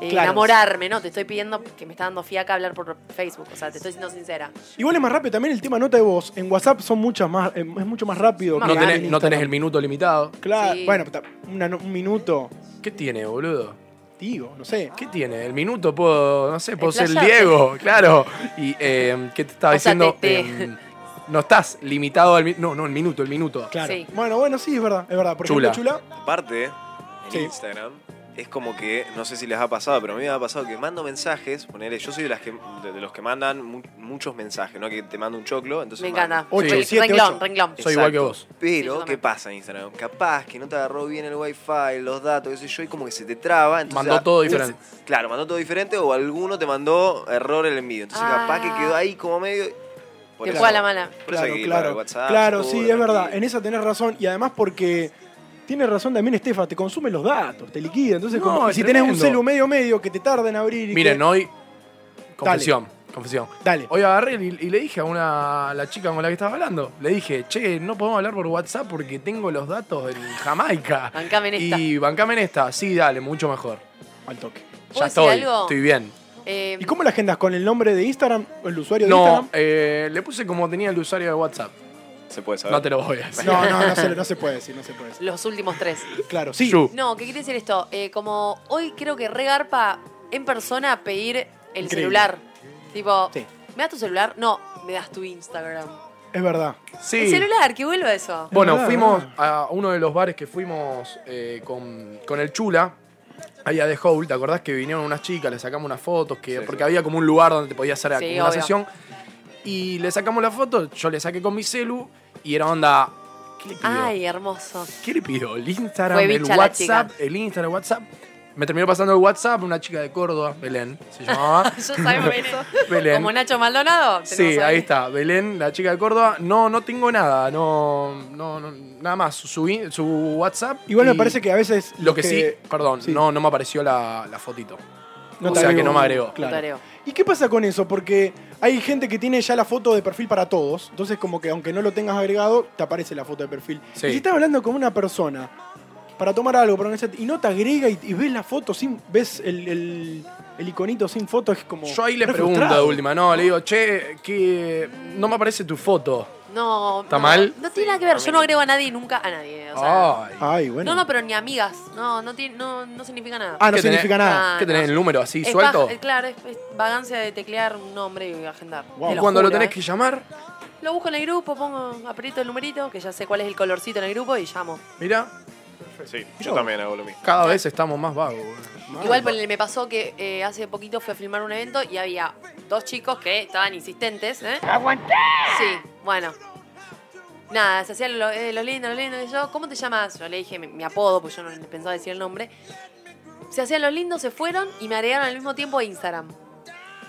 eh,
Claro.
Enamorarme, ¿no? Te estoy pidiendo que me está dando fiaca hablar por Facebook. O sea, te estoy siendo sincera.
Igual es más rápido también el tema nota de voz. En WhatsApp son muchas más, eh, es mucho más rápido.
No
que
tenés,
en
no tenés
Instagram.
el minuto limitado.
Claro, bueno, ta- una no- un minuto.
¿Qué tiene, boludo?
Digo, no sé.
¿Qué tiene? El minuto puedo, no sé, puedo ser el
Explayarte.
Diego, claro. Y eh, ¿qué te estaba
O sea,
diciendo?
te- te-
Em, no estás limitado al minuto. No, no, el minuto, el minuto.
Claro. Bueno, bueno, sí, es verdad, es verdad. Por
Chula.
ejemplo, Chula.
Aparte, en Instagram, es como que, no sé si les ha pasado, pero a mí me ha pasado que mando mensajes, ponele, yo soy de, las que, de, de los que mandan mu- muchos mensajes, ¿no? Que te mando un choclo, entonces...
Me
mando-
encanta. Ocho, Sí. siete, Renglón, ocho. renglón. Soy igual que vos. Sí, yo
Pero, ¿qué
también.
pasa en Instagram? Capaz que no te agarró bien el wifi, los datos, qué sé yo, y como que se te traba. Entonces,
Mandó
ah,
todo
uh,
diferente.
Claro, mandó todo diferente o alguno te mandó error el envío. Entonces, capaz que quedó ahí como medio... Por
Te
eso-
Ah. fue a la mala.
Por eso hay que ir para el WhatsApp,
claro,
todo,
sí, es verdad. En esa tenés razón. Y además porque tiene razón también Estefa, te consume los datos, te liquida. Entonces,
No,
como-
es
si tenés un
tremendo.
celu medio medio que te tarda en abrir y
Miren,
que-
hoy. Confesión, confesión.
Dale.
Hoy agarré y, y le dije a una a la chica con la que estaba hablando, le dije, che, no podemos hablar por WhatsApp porque tengo los datos en Jamaica.
Bancame en esta.
Y bancame en esta. Sí, dale, mucho mejor.
Al toque.
¿Puedo
Ya
decir
estoy,
algo?
estoy bien.
Eh,
¿Y cómo la agendas? ¿Con el nombre de Instagram o el usuario de
No,
Instagram?
eh, le puse como tenía el usuario de WhatsApp.
Se puede
saber. No te lo voy a decir.
No, no, no se, no se puede decir, no se puede decir.
Los últimos tres.
Claro, sí.
Yu.
No, ¿qué quiere decir esto? Eh, como hoy creo que regarpa en persona pedir el
Increíble.
celular. Tipo,
Sí.
¿me das tu celular? No, me das tu Instagram.
Es verdad.
Sí.
El celular, que vuelva eso.
Bueno,
Ah,
fuimos a uno de los bares que fuimos eh, con, con el Chula, ahí a The Hole, ¿te acordás que vinieron unas chicas, le sacamos unas fotos, que, porque había como un lugar donde te podías hacer
Sí,
como una
obvio.
sesión? Y le sacamos la foto, yo le saqué con mi celu y era onda, ¿qué le pido?
Ay, hermoso.
¿Qué le pido? El Instagram,
Fue
el
bicha la
WhatsApp, el Instagram, el WhatsApp. Me terminó pasando el WhatsApp una chica de Córdoba, Belén, se llamaba.
Yo sabemos eso.
Belén.
Como Nacho Maldonado.
Sí,
tenemos
ahí está. Belén, la chica de Córdoba. No, no tengo nada. No, no, no- nada más. Su, su in- su WhatsApp.
Igual me
y
parece que a veces.
Lo
los
que, sí, perdón, no, no me apareció la, la fotito.
No
o
te
sea que
agregó.
no me agregó.
Claro. ¿Y qué pasa con eso? Porque hay gente que tiene ya la foto de perfil para todos. Entonces, como que aunque no lo tengas agregado, te aparece la foto de perfil.
Sí.
Y si estás hablando con una persona para tomar algo, para organizarte, y no te agrega y, y ves la foto sin. ves el, el- el iconito sin foto, es como.
Yo ahí le
Oh. re
pregunto de
frustrado.
última, no, le digo, che, que no me aparece tu foto.
No,
¿Está
no,
mal?
No tiene nada que ver. Yo no agrego a nadie nunca a nadie. O sea,
Ay.
bueno.
No, no, pero ni amigas. No, no, tiene, no, no significa nada.
¿Qué tenés-
Ah,
¿Qué tenés
no.
el número así
Es
suelto?
paja- eh, claro, es, es vagancia de teclear un nombre y agendar.
Y
Te lo
cuando lo
juro,
tenés
eh.
que llamar,
Lo busco en el grupo, pongo, aprieto el numerito, que ya sé cuál es el colorcito en el grupo y llamo.
mira,
Sí, yo también hago lo mismo.
cada vez estamos más vagos. boludo.
Igual ponele, me pasó que eh, hace poquito fui a filmar un evento y había dos chicos que estaban insistentes, ¿eh? ¡Aguanté! Sí, bueno. Nada, se hacían lo- eh, los lindos, los lindos. Y yo, ¿cómo te llamas? Yo le dije mi, mi apodo, pues yo no le pensaba decir el nombre. Se hacían los lindos, se fueron y me agregaron al mismo tiempo a Instagram.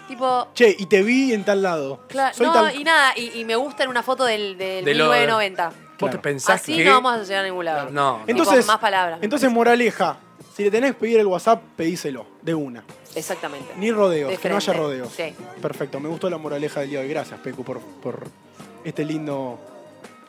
Tipo,
Che, y te vi en tal lado.
cla-
Soy
no,
tal-
y nada, y, y me gusta en una foto del, del
De lo-
1990.
¿Vos te pensás
Así
que.?
no vamos a llegar a ningún lado.
No, no.
Tipo,
Entonces-
más palabras.
Entonces, moraleja, si le tenés que pedir el WhatsApp, pedíselo, de una.
Exactamente.
Ni rodeos,
De
que no haya
frente.
rodeos.
Sí.
Perfecto, me gustó la moraleja del día de hoy. Gracias, Pecu, por, por este lindo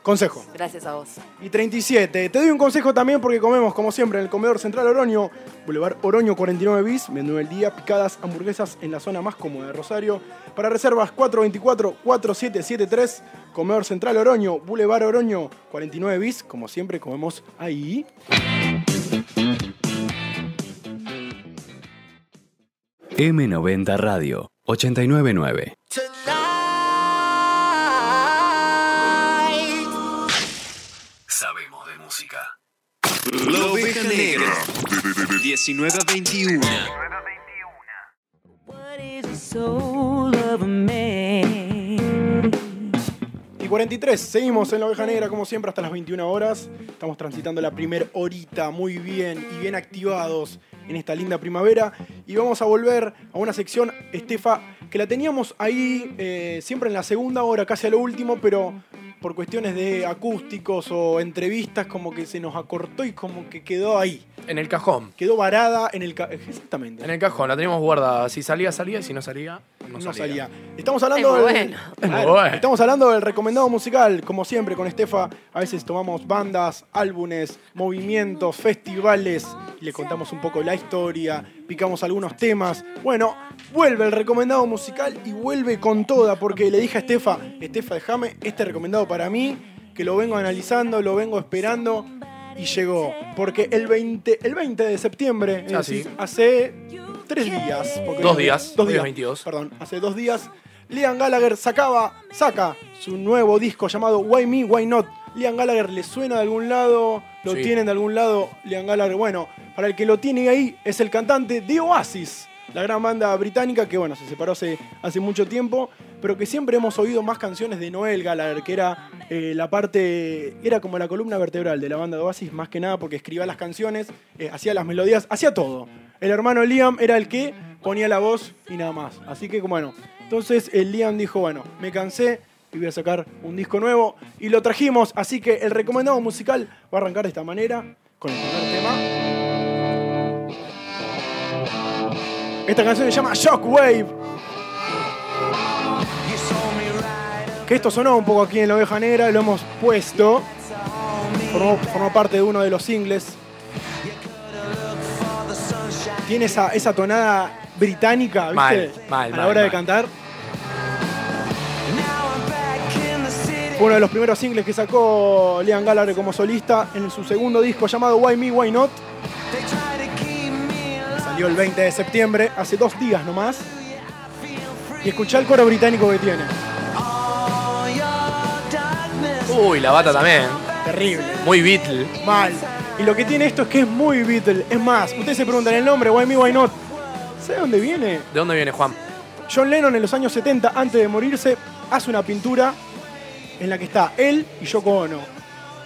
consejo.
Gracias a vos.
Y 37, te doy un consejo también porque comemos, como siempre, en el comedor central Oroño, Boulevard Oroño 49 bis, menú del día, picadas, hamburguesas en la zona más cómoda de Rosario. Para reservas 424-4773, comedor central Oroño, Boulevard Oroño 49 bis, como siempre, comemos ahí.
M90 Radio 899.
Sabemos de música.
La oveja negra. 19 a 21.
Y 43, seguimos en la oveja negra como siempre hasta las 21 horas. Estamos transitando la primer horita muy bien y bien activados en esta linda primavera. Y vamos a volver a una sección, Estefa, que la teníamos ahí eh, siempre en la segunda hora, casi a lo último, pero por cuestiones de acústicos o entrevistas como que se nos acortó y como que quedó ahí.
en el cajón.
Quedó varada en el ca- Exactamente.
En el cajón, la teníamos guardada. Si salía, salía, y si no salía, no,
No
salía.
salía. Estamos hablando
Es muy
del-
bueno.
Claro,
Es muy bueno.
Estamos hablando del recomendado musical, como siempre con Estefa. A veces tomamos bandas, álbumes, movimientos, festivales, y le contamos un poco la historia, picamos algunos temas. Bueno, vuelve el recomendado musical y vuelve con toda, porque le dije a Estefa, Estefa, déjame este recomendado para mí, que lo vengo analizando, lo vengo esperando. Y llegó, porque el 20, el 20 de septiembre, es
Ah, sí.
decir, hace tres días. porque-
Dos días,
dos
hoy es
días,
22.
Perdón, hace dos días Liam Gallagher sacaba, saca su nuevo disco llamado Why Me, Why Not. Liam Gallagher le suena de algún lado, lo
Sí.
tienen de algún lado. Liam Gallagher, bueno, para el que lo tiene ahí es el cantante de Oasis, la gran banda británica que, bueno, se separó hace, hace mucho tiempo, pero que siempre hemos oído más canciones de Noel Gallagher, que era eh, la parte, era como la columna vertebral de la banda de Oasis, más que nada porque escribía las canciones, eh, hacía las melodías, hacía todo. El hermano Liam era el que ponía la voz y nada más. Así que bueno, entonces el Liam dijo, bueno, me cansé y voy a sacar un disco nuevo y lo trajimos, así que el recomendado musical va a arrancar de esta manera con el primer tema. Esta canción se llama Shockwave. Que esto sonó un poco aquí en La Oveja Negra, lo hemos puesto. Formó, formó parte de uno de los singles tiene esa, esa tonada británica, ¿viste?
Mal, mal,
A la
mal,
hora de
mal.
cantar. Fue uno de los primeros singles que sacó Liam Gallagher como solista en su segundo disco llamado Why Me, Why Not. Salió el 20 de septiembre, hace dos días nomás. Y escuchá el coro británico que tiene.
Uy, la bata también.
Terrible.
Muy Beatle.
Mal. Y lo que tiene esto es que es muy Beatle. Es más, ustedes se preguntan el nombre, Why Me, Why Not. ¿Sabe dónde viene?
¿De dónde viene Juan?
John Lennon en los años 70, antes de morirse, hace una pintura en la que está él y Yoko Ono.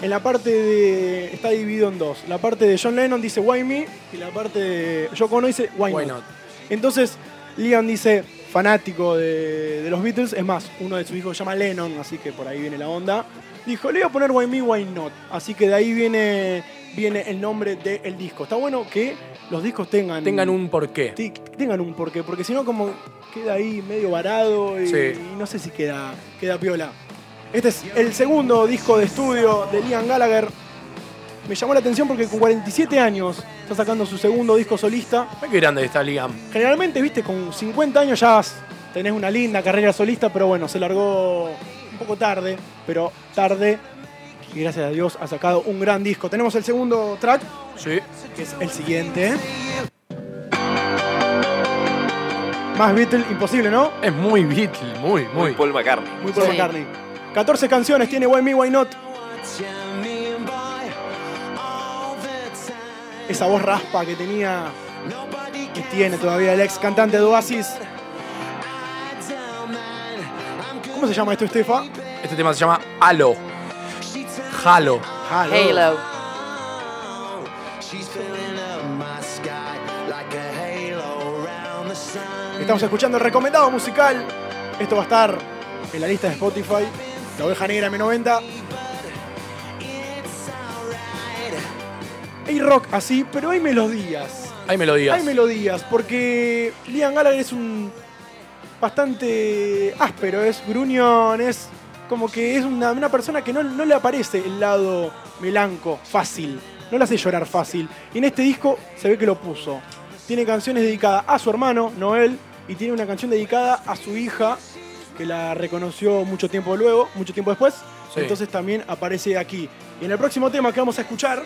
En la parte de. está dividido en dos. La parte de John Lennon dice Why Me y la parte de Yoko Ono dice Why,
Why
not?
not?
Entonces, Liam dice, fanático de, de los Beatles, es más, uno de sus hijos se llama Lennon, así que por ahí viene la onda. Dijo, le voy a poner Why Me, Why Not. Así que de ahí viene, viene el nombre del disco. Está bueno que los discos tengan.
Tengan un porqué.
Sí, que tengan un porqué, porque si no como queda ahí medio varado y,
Sí.
y no sé si queda, queda piola. Este es el segundo disco de estudio de Liam Gallagher. Me llamó la atención porque con 47 años está sacando su segundo disco solista.
Mirá qué grande está Liam.
Generalmente, viste, con 50 años ya has- tenés una linda carrera solista, pero bueno, se largó un poco tarde, pero tarde. Y gracias a Dios ha sacado un gran disco. Tenemos el segundo track,
Sí.
que es el siguiente. Más Beatle imposible, ¿no?
Es muy Beatle, muy, muy.
Paul McCartney.
Muy Paul
Sí.
McCartney. 14 canciones tiene Why Me, Why Not. Esa voz raspa que tenía, que tiene todavía el ex cantante de Oasis. ¿Cómo se llama esto, Estefa?
Este tema se llama Halo. Halo.
Halo.
Halo.
Estamos escuchando el recomendado musical. Esto va a estar en la lista de Spotify. La oveja negra M90. Hay rock así, pero hay melodías.
Hay melodías.
Hay melodías, porque Liam Gallagher es un bastante áspero, es gruñón, es como que es una, una persona que no, no le aparece el lado melanco fácil, no le hace llorar fácil. Y en este disco se ve que lo puso. Tiene canciones dedicadas a su hermano, Noel, y tiene una canción dedicada a su hija, que la reconoció mucho tiempo luego, mucho tiempo después.
Sí.
Entonces también aparece aquí. Y en el próximo tema que vamos a escuchar,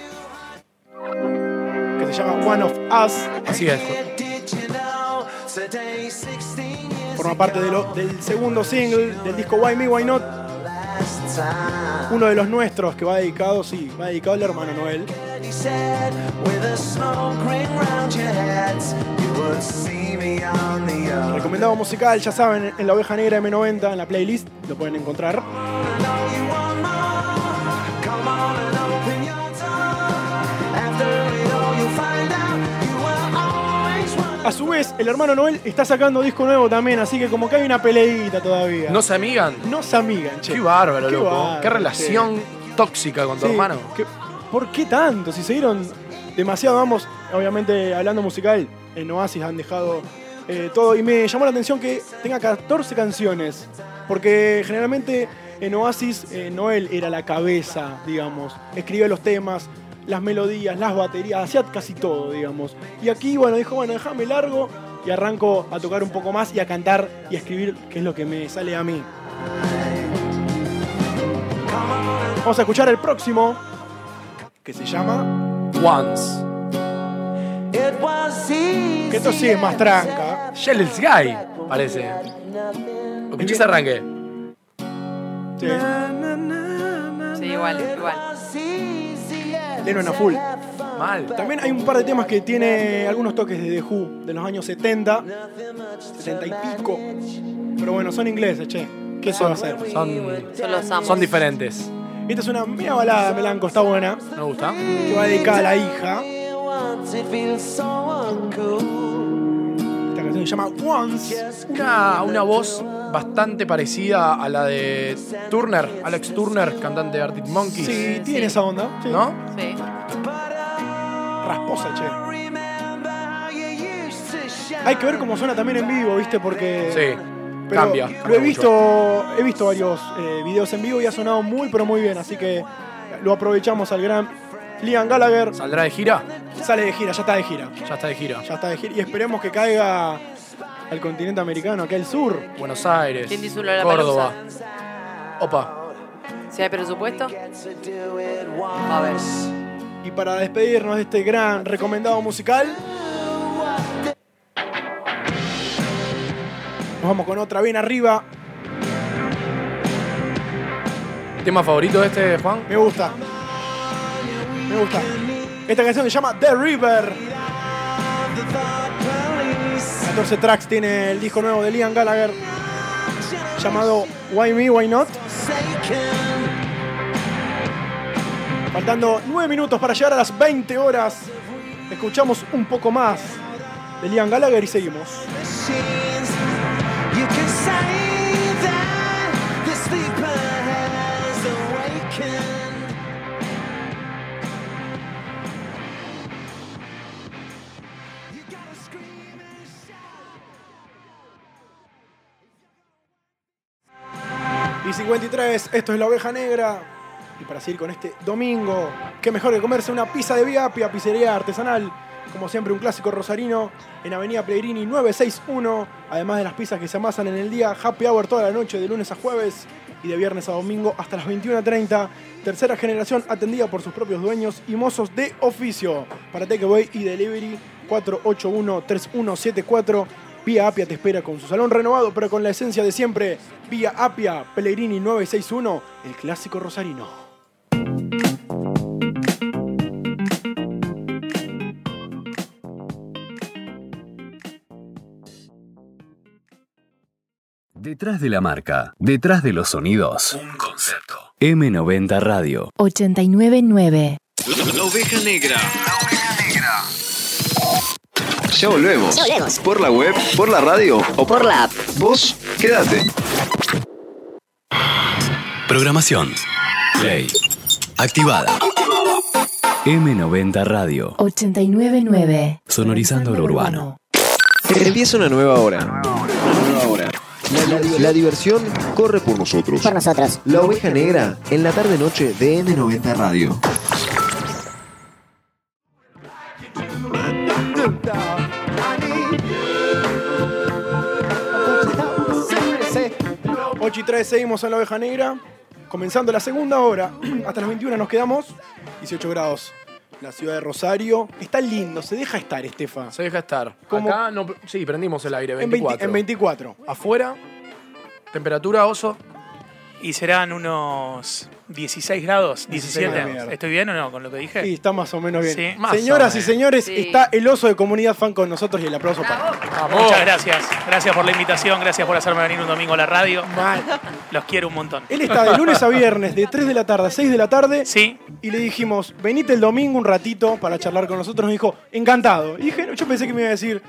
que se llama One of Us,
Así es.
forma parte de lo- del segundo single del disco Why Me, Why Not. Uno de los nuestros que va dedicado, sí, va dedicado al hermano Noel. Recomendado musical, ya saben, en la oveja negra M90, en la playlist, lo pueden encontrar. A su vez, el hermano Noel está sacando disco nuevo también, así que como que hay una peleita todavía.
¿No se amigan?
No se amigan, che.
Qué bárbaro,
Qué
loco.
bárbaro,
qué relación tóxica con tu
Sí,
hermano.
que- ¿Por qué tanto? Si se dieron demasiado ambos. Obviamente, hablando musical, en Oasis han dejado eh, todo. Y me llamó la atención que tenga 14 canciones. Porque generalmente en Oasis, eh, Noel era la cabeza, digamos. Escribía los temas, las melodías, las baterías, hacía casi todo, digamos. Y aquí, bueno, dijo, bueno, déjame largo y arranco a tocar un poco más y a cantar y a escribir, que es lo que me sale a mí. Vamos a escuchar el próximo, que se llama
Once.
Que esto sí es más tranca.
Shell Sky, parece. Escuché ese arranque.
Sí.
Sí, igual, igual.
Lennon a full.
Mal.
También hay un par de temas que tiene algunos toques de The Who de los años 70, 70 y pico. Pero bueno, son ingleses, che. ¿Qué se va a hacer?
Son,
Son los amos.
son diferentes.
Esta es una media balada melanco, está buena,
Me gusta.
que va dedicada a la hija. Esta canción se llama Once.
Una, una voz bastante parecida a la de Turner, Alex Turner, cantante de Arctic Monkeys.
Sí, tiene esa onda. sí.
¿No?
Sí.
Rasposa, che. Hay que ver cómo suena también en vivo, ¿viste? Porque
Sí.
Pero
cambia.
Lo
cambia
he
mucho.
visto, he visto varios eh, videos en vivo y ha sonado muy, pero muy bien. Así que lo aprovechamos al gran Liam Gallagher.
¿Saldrá de gira?
Sale de gira, ya está de gira.
Ya está de gira.
Ya está de gira. Y esperemos que caiga al continente americano, acá al sur.
Buenos Aires.
¿Quién disolvió la
Córdoba. Opa.
Si hay presupuesto. A ver.
Y para despedirnos de este gran recomendado musical. Nos vamos con otra bien arriba.
¿Tema favorito de este, Juan?
Me gusta. Me gusta. Esta canción se llama The River. 14 tracks tiene el disco nuevo de Liam Gallagher llamado Why Me, Why Not. Faltando 9 minutos para llegar a las 20 horas. Escuchamos un poco más de Liam Gallagher y seguimos. Y 53, esto es la oveja negra. Y para seguir con este domingo, qué mejor que comerse una pizza de Viapia, pizzería artesanal. Como siempre, un clásico rosarino en Avenida Pellegrini 961. Además de las pizzas que se amasan en el día, happy hour toda la noche, de lunes a jueves y de viernes a domingo hasta las 21.30. Tercera generación atendida por sus propios dueños y mozos de oficio. Para takeaway y delivery 481-3174. Vía Apia te espera con su salón renovado, pero con la esencia de siempre. Vía Apia, Pellegrini 961, el clásico rosarino.
Detrás de la marca, detrás de los sonidos.
Un concepto.
M90 Radio.
899.
La oveja negra. Ya volvemos. Por la web, por la radio o por la app. Vos, quédate.
Programación. Play. Activada. M90 Radio.
899.
Sonorizando lo urbano.
Empieza una nueva hora. Una nueva hora. La, la- la diversión corre por nosotros.
Por nosotros.
La oveja negra en la tarde noche de N90 Radio.
Sí.
8 y 3, seguimos en la oveja negra. Comenzando la segunda hora, hasta las 21 nos quedamos. 18 grados. La ciudad de Rosario. Está lindo, se deja estar, Estefa.
Se deja estar.
¿Cómo?
Acá no, sí, prendimos el aire,
En, 20
24.
en 24.
Afuera, temperatura oso,
Y serán unos 16 grados,
16
17.
grados.
¿Estoy bien o no con lo que dije?
Sí, está más o menos bien.
Sí, más
Señoras
o
y
menos.
señores,
Sí.
está el oso de comunidad fan con nosotros y el aplauso para.
Muchas gracias. Gracias por la invitación, gracias por hacerme venir un domingo a la radio.
Mal.
Los quiero un montón.
Él está de lunes a viernes, de 3 de la tarde a 6 de la tarde.
Sí,
Y le dijimos, venite el domingo un ratito para charlar con nosotros. Nos dijo, encantado. Y dije, yo pensé que me iba a decir,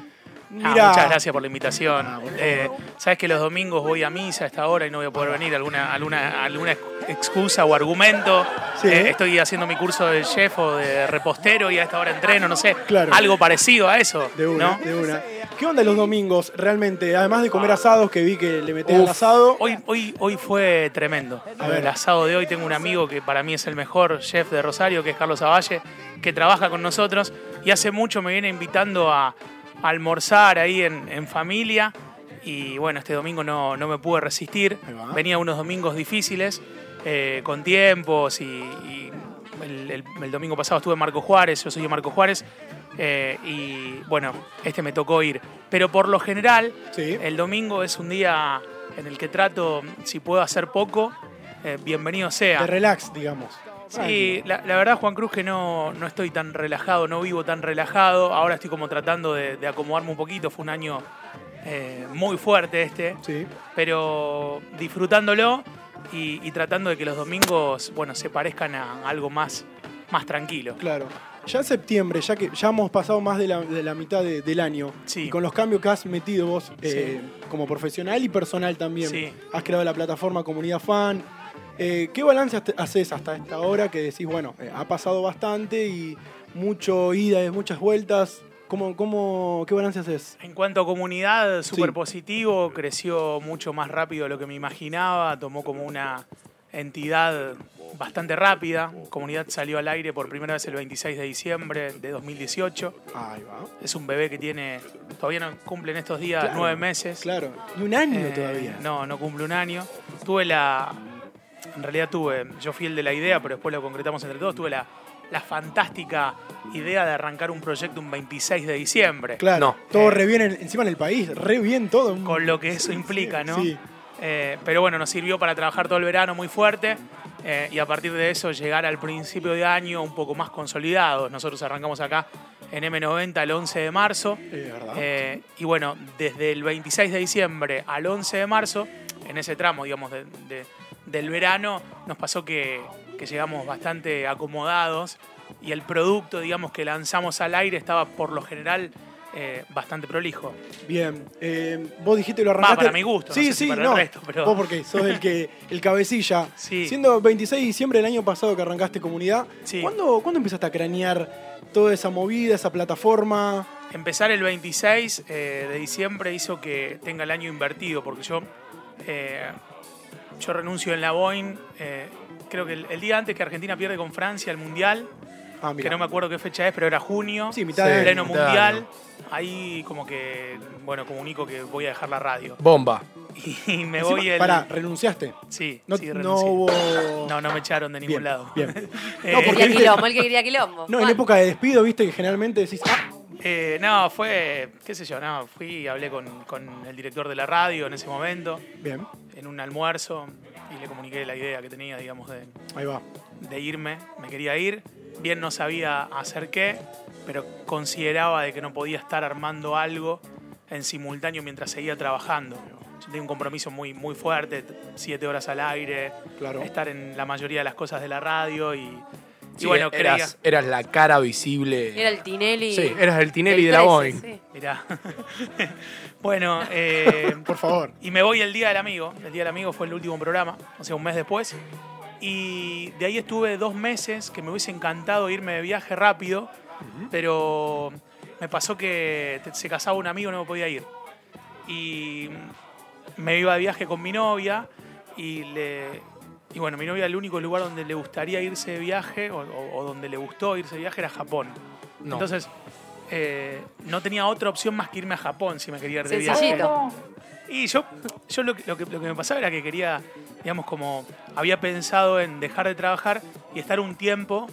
Ah,
Mirá.
muchas gracias por la invitación. Eh, Sabes que los domingos voy a misa a esta hora y no voy a poder venir. ¿Alguna, alguna, alguna excusa o argumento? Eh, estoy haciendo mi curso de chef o de repostero y a esta hora entreno, no sé. Algo parecido a eso.
De una,
¿no?
de una. ¿Qué onda los domingos realmente? Además de comer asados que vi que le metés al
Uf,
asado.
Hoy, hoy, hoy fue tremendo.
ver.
El asado de hoy tengo un amigo que para mí es el mejor chef de Rosario, que es Carlos Avalle, que trabaja con nosotros y hace mucho me viene invitando a, a almorzar ahí en, en familia. Y bueno, este domingo no, no me pude resistir. Venía unos domingos difíciles, eh, con tiempos y, y el, el- el domingo pasado estuve en Marco Juárez, yo soy de Marco Juárez. eh, y bueno, este me tocó ir. Pero por lo general, el domingo es un día en el que trato, si puedo hacer poco, eh, bienvenido sea.
De relax, digamos.
Sí, la, la verdad, Juan Cruz, que no, no estoy tan relajado, no vivo tan relajado. Ahora estoy como tratando de, de acomodarme un poquito. Fue un año eh, muy fuerte este. Pero disfrutándolo y, y tratando de que los domingos, bueno, se parezcan a algo más, más tranquilo.
Claro. Ya en septiembre, ya que ya hemos pasado más de la, de la mitad de- del año, y con los cambios que has metido vos eh, como profesional y personal también,
Sí.
has creado la plataforma Comunidad Fan. Eh, ¿Qué balance haste- haces hasta esta hora que decís, bueno, eh, ha pasado bastante y mucho ida y muchas vueltas? ¿Cómo, cómo, ¿Qué balance haces?
En cuanto a comunidad, súper positivo, creció mucho más rápido de lo que me imaginaba, tomó como una entidad bastante rápida. Comunidad salió al aire por primera vez el 26 de diciembre de 2018.
Ahí va.
Es un bebé que tiene, todavía no cumple en estos días
Claro,
nueve meses.
Claro, y un año
Eh,
todavía.
No, no cumple un año. Tuve la. En realidad tuve. Yo fui el de la idea, pero después lo concretamos entre todos. Tuve la, la fantástica idea de arrancar un proyecto un 26 de diciembre.
Claro, todo re bien en- encima en el país, re bien todo.
Eh. Con lo que eso implica, ¿no?
Sí.
Eh, pero bueno, nos sirvió para trabajar todo el verano muy fuerte eh, y a partir de eso llegar al principio de año un poco más consolidados. Nosotros arrancamos acá en M90 el 11 de marzo. Eh, y bueno, desde el 26 de diciembre al 11 de marzo, en ese tramo, digamos, de- de- del verano, nos pasó que, que llegamos bastante acomodados y el producto, digamos, que lanzamos al aire estaba por lo general eh, bastante prolijo.
Bien, eh, vos dijiste lo arrancaste.
Va, para mi gusto, no
Sí,
sé si
sí,
para el
no.
resto, pero-
Vos porque sos el que el cabecilla. Siendo 26 de diciembre del año pasado que arrancaste comunidad, ¿cuándo, cuándo empezaste a cranear toda esa movida, esa plataforma?
Empezar el 26 eh, de diciembre hizo que tenga el año invertido, porque yo, eh, yo renuncio en la Boeing. eh, creo que el, el día antes que Argentina pierde con Francia el Mundial,
Ah,
que no me acuerdo qué fecha es, pero era junio,
Sí, mitad de-
el pleno
mitad de
Mundial. Ahí como que, bueno, comunico que voy a dejar la radio.
Bomba.
Y me
Encima-
voy el...
Pará, renunciaste.
Sí,
No-
sí,
no
renuncié.
hubo-
No, no me echaron de ningún
Bien,
lado.
bien.
Eh,
No, porque
Quería quilombo, el que quería quilombo.
No,
Ah.
en época de despido, viste que generalmente decís, ah,
Eh, no, fue, qué sé yo, no, fui y hablé con, con el director de la radio en ese momento,
bien,
en un almuerzo, y le comuniqué la idea que tenía, digamos, de,
ahí va.
de irme. Me quería ir, bien no sabía hacer qué, pero consideraba de que no podía estar armando algo en simultáneo mientras seguía trabajando. Yo tenía un compromiso muy, muy fuerte, t- siete horas al aire,
Claro.
estar en la mayoría de las cosas de la radio y, y
Sí, e-
bueno, creía...
eras, eras la cara visible.
Era el Tinelli.
Sí, eras el Tinelli de la
13,
Boeing.
sí.
Mirá. bueno, eh,
por favor.
Y me voy el Día del Amigo. El Día del Amigo fue el último programa, o sea, un mes después. Y de ahí estuve dos meses que me hubiese encantado irme de viaje rápido, pero me pasó que te- se casaba un amigo y no me podía ir. Y me iba de viaje con mi novia y le. Y bueno, mi novia el único lugar donde le gustaría irse de viaje o, o- o donde le gustó irse de viaje era Japón.
No.
Entonces, eh, no tenía otra opción más que irme a Japón si me quería ir de viaje.
Sencillito.
Y yo, yo lo, que, lo que- lo que me pasaba era que quería, digamos, como había pensado en dejar de trabajar y estar un tiempo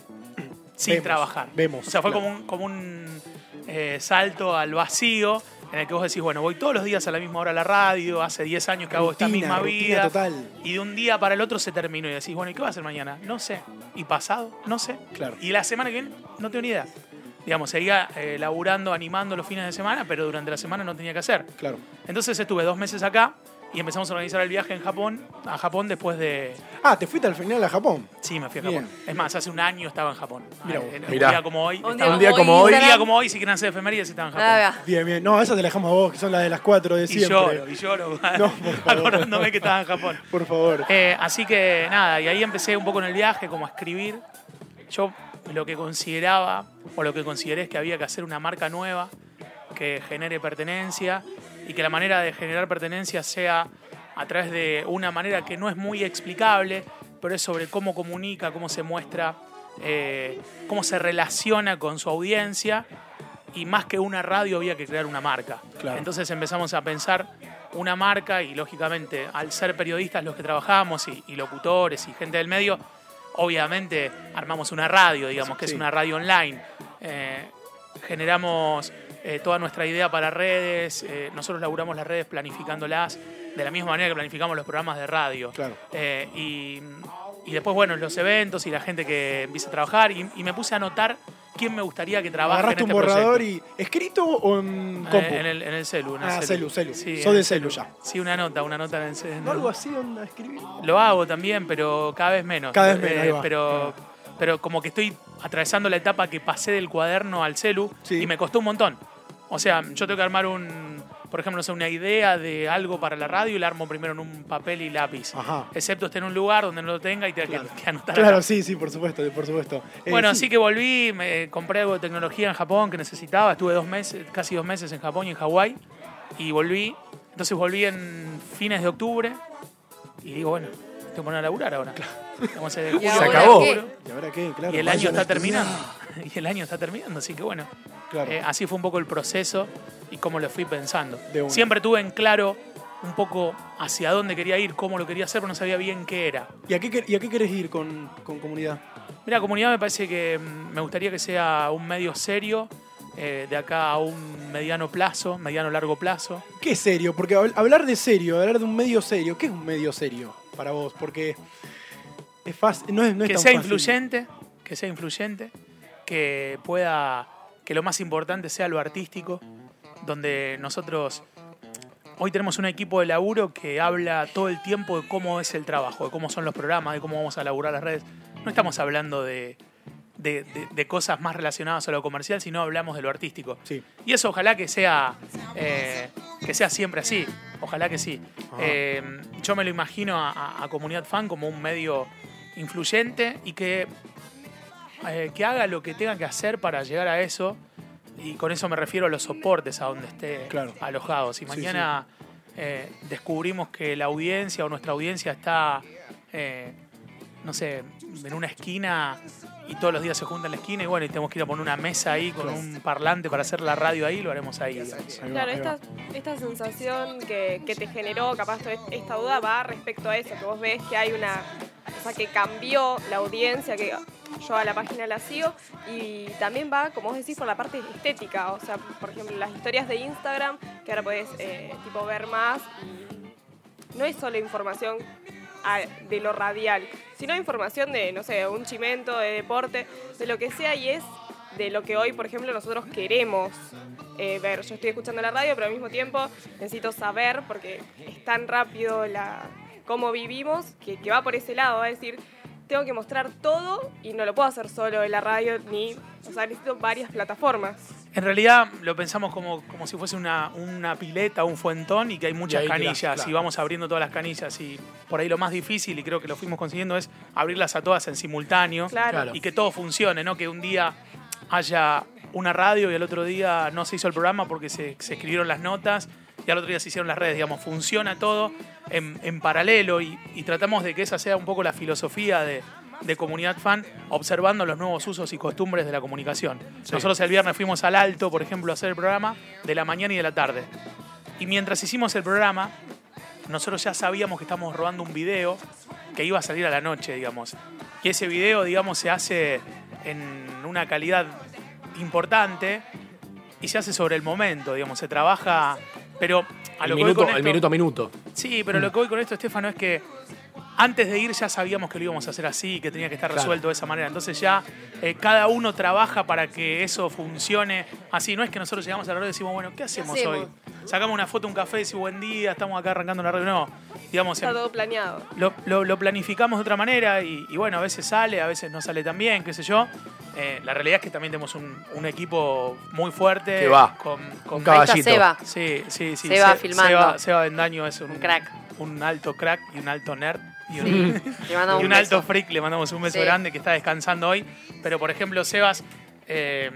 sin
Vemos,
trabajar.
vemos,
O sea, fue
claro.
como un, como un eh, salto al vacío en el que vos decís, bueno, voy todos los días a la misma hora a la radio, hace 10 años que hago esta
Rutina,
misma
rutina
vida.
total.
Y de un día para el otro se terminó y decís, bueno, ¿y qué va a hacer mañana? No sé. ¿Y pasado? No sé.
Claro.
Y la semana que viene, no tengo ni idea. Digamos, seguía eh, laburando, animando los fines de semana, pero durante la semana no tenía que hacer.
Claro.
Entonces estuve dos meses acá y empezamos a organizar el viaje en Japón, a Japón después de...
Ah, te fuiste al final a Japón.
Sí, me fui a Japón. Es más, hace un año estaba en Japón. Ah,
Mirá vos.
En- en-
Mirá.
Un día como hoy.
Un
estaba-
día como hoy,
Un día
Instagram.
como hoy, si quieren hacer efemérides, estaba en Japón.
Bien, bien. No, esas te las dejamos a vos, que son las de las 4 de
Y
siempre.
lloro, y lloro, acordándome que estaba en Japón.
Por favor.
Eh, así que nada, y ahí empecé un poco en el viaje, como a escribir. Yo lo que consideraba, o lo que consideré es que había que hacer una marca nueva que genere pertenencia y que la manera de generar pertenencia sea a través de una manera que no es muy explicable, pero es sobre cómo comunica, cómo se muestra, eh, cómo se relaciona con su audiencia. Y más que una radio había que crear una marca.
Claro.
Entonces empezamos a pensar una marca y lógicamente al ser periodistas los que trabajamos y, y locutores y gente del medio, obviamente armamos una radio, digamos, que
Sí.
es una radio online. Eh, generamos eh, toda nuestra idea para redes, eh, nosotros laburamos las redes planificándolas de la misma manera que planificamos los programas de radio.
Claro.
Eh, y, y después, bueno, los eventos y la gente que empieza a trabajar y, y me puse a anotar quién me gustaría que trabajara.
Agarraste
en
un
este
borrador
proyecto.
y. ¿Escrito o en
Eh,
compu?
en el, en el celu. en el
Ah, celu, celu.
Sí,
Sos
en
de
el
celu ya.
Sí, una nota, una nota en el celu.
No, algo así, onda, escribir.
Lo hago también, pero cada vez menos. Eh,
Cada vez menos, ahí va.
pero, pero como que estoy atravesando la etapa que pasé del cuaderno al celu y me costó un montón. O sea, yo tengo que armar un, por ejemplo, no sé, una idea de algo para la radio y la armo primero en un papel y lápiz.
Ajá.
Excepto esté en un lugar donde no lo tenga y tenga que- que, anotar.
Claro, sí, sí, por supuesto, por supuesto. Eh,
Bueno,
sí.
así que volví, me compré algo de tecnología en Japón que necesitaba. Estuve dos meses, casi dos meses en Japón y en Hawái. Y volví. Entonces volví en fines de octubre. Y digo, bueno, tengo que poner a laburar ahora. Vamos a hacer
¿Y
julio,
ahora Se acabó. qué?
julio.
¿Y ahora qué? Claro,
y el
vayan
año está
a estudiar.
terminando. Y el año está terminando, así que bueno.
Claro.
Eh, así fue un poco el proceso y cómo lo fui pensando.
De una.
Siempre tuve en claro un poco hacia dónde quería ir, cómo lo quería hacer, pero no sabía bien qué era.
¿Y a qué, quer- y a qué querés ir con, con comunidad?
Mira, comunidad me parece que mm, me gustaría que sea un medio serio, eh, de acá a un mediano plazo, mediano largo plazo.
¿Qué es serio? Porque habl- hablar de serio, hablar de un medio serio, ¿qué es un medio serio para vos? Porque es fácil, no es, no es
que
tan
sea
fácil.
influyente, que sea influyente, que pueda, que lo más importante sea lo artístico, donde nosotros hoy tenemos un equipo de laburo que habla todo el tiempo de cómo es el trabajo, de cómo son los programas, de cómo vamos a laburar las redes. No estamos hablando de, de- de- de cosas más relacionadas a lo comercial, sino hablamos de lo artístico. Y eso ojalá que sea, eh, que sea siempre así. Ojalá que sí. Eh, yo me lo imagino a- a- a Comunidad Fan como un medio influyente y que, eh, que haga lo que tenga que hacer para llegar a eso. Y con eso me refiero a los soportes a donde esté alojado. Si
Sí,
mañana eh, descubrimos que la audiencia o nuestra audiencia está, eh, no sé, en una esquina y todos los días se junta en la esquina y bueno, y tenemos que ir a poner una mesa ahí con
Claro.
un parlante para hacer la radio ahí, lo haremos ahí.
Claro, esta, esta sensación que, que te generó, capaz, to- esta duda va respecto a eso, que vos ves que hay una. O sea, que cambió la audiencia, que yo a la página la sigo, y también va, como vos decís, por la parte estética. O sea, por ejemplo, las historias de Instagram, que ahora podés eh, tipo, ver más, y no es solo información a- de lo radial, sino información de, no sé, un chimento, de deporte, de lo que sea, y es de lo que hoy, por ejemplo, nosotros queremos eh, ver. Yo estoy escuchando la radio, pero al mismo tiempo necesito saber, porque es tan rápido la, cómo vivimos, que, que va por ese lado, va a decir, tengo que mostrar todo y no lo puedo hacer solo en la radio, ni, o sea, necesito varias plataformas.
En realidad lo pensamos como, como si fuese una, una pileta, un fuentón y que hay muchas
ahí tirás,
canillas
claro.
y vamos abriendo todas las canillas y por ahí lo más difícil y creo que lo fuimos consiguiendo es abrirlas a todas en simultáneo
Claro.
y que todo funcione, ¿no? Que un día haya una radio y al otro día no se hizo el programa porque se, se escribieron las notas y al otro día se hicieron las redes, digamos, funciona todo en, en paralelo y, y tratamos de que esa sea un poco la filosofía de, de comunidad fan, observando los nuevos usos y costumbres de la comunicación. Nosotros el viernes fuimos al alto, por ejemplo, a hacer el programa de la mañana y de la tarde. Y mientras hicimos el programa, nosotros ya sabíamos que estábamos robando un video que iba a salir a la noche, digamos. Y ese video, digamos, se hace en una calidad importante y se hace sobre el momento, digamos, se trabaja, pero a
El
lo que voy
minuto,
con
el
esto-
minuto a minuto.
Sí, pero lo que voy con esto, Estefano, es que antes de ir ya sabíamos que lo íbamos a hacer así, que tenía que estar
Claro.
resuelto de esa manera. Entonces ya eh, cada uno trabaja para que eso funcione así. No es que nosotros llegamos a la hora y decimos, bueno, ¿qué hacemos,
hacemos?
hoy? sacamos una foto, un café, decimos buen día, estamos acá arrancando la radio. No, digamos,
Está
em-
todo planeado.
lo, lo- lo planificamos de otra manera y, y bueno, a veces sale, a veces no sale tan bien, qué sé yo. Eh, la realidad es que también tenemos un, un equipo muy fuerte.
Que va.
Con, con
Un caballito. Ahí está Seba.
Sí, sí, sí.
Seba
Se-
filmando.
Seba, Seba Bendaño es un,
crack.
Un alto crack y un alto nerd. Y un,
Sí, le mandamos
y
un
un alto
beso.
freak, le mandamos un beso
Sí.
grande que está descansando hoy. Pero por ejemplo, Sebas eh,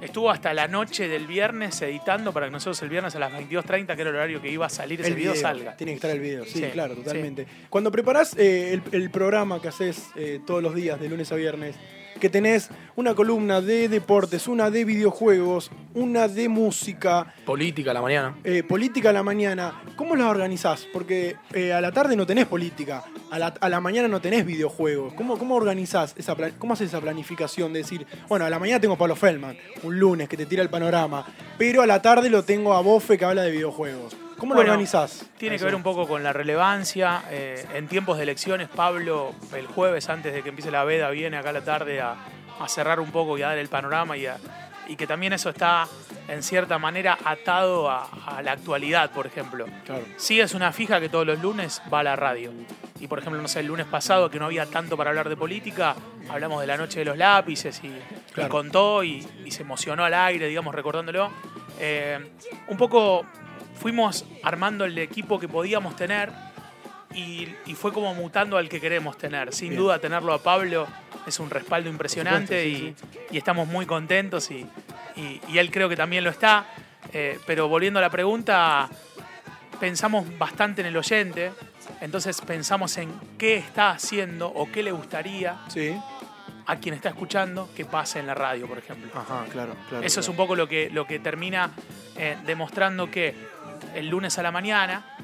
estuvo hasta la noche del viernes editando para que nosotros el viernes a las 22.30, que era el horario que iba a salir ese
El video,
salga.
Tiene que estar el video, sí,
Sí,
claro,
sí.
totalmente. Cuando preparás eh, el, el programa que haces eh, todos los días, de lunes a viernes, que tenés una columna de deportes, una de videojuegos, una de música,
Política a la mañana.
eh, política a la mañana, ¿cómo la organizás? Porque eh, a la tarde no tenés política, a la, a la mañana no tenés videojuegos. ¿Cómo, cómo organizás? Esa pla- ¿Cómo haces esa planificación? De decir, bueno, a la mañana tengo a Pablo Feldman, un lunes que te tira el panorama, pero a la tarde lo tengo a Bofe que habla de videojuegos. ¿Cómo
Bueno,
lo organizás?
Tiene que
Eso.
ver un poco con la relevancia. eh, en tiempos de elecciones, Pablo, el jueves antes de que empiece la veda, viene acá a la tarde a, a cerrar un poco y a dar el panorama y, a- y que también eso está en cierta manera atado a, a la actualidad, por ejemplo.
Claro.
Sí es una fija que todos los lunes va a la radio. Y por ejemplo, no sé, el lunes pasado que no había tanto para hablar de política, hablamos de la noche de los lápices y, y
Claro.
contó y, y se emocionó al aire, digamos, recordándolo. Eh, un poco fuimos armando el equipo que podíamos tener y, y fue como mutando al que queremos tener. Sin
Bien.
duda, tenerlo a Pablo es un respaldo impresionante
Por supuesto,
y, y estamos muy contentos y, y- y él creo que también lo está. Eh, pero volviendo a la pregunta, pensamos bastante en el oyente, entonces pensamos en qué está haciendo o qué le gustaría
Sí.
a quien está escuchando que pase en la radio, por ejemplo.
Ajá, Ah, claro, claro.
Eso es un poco lo que, lo que termina eh, demostrando que el lunes a la mañana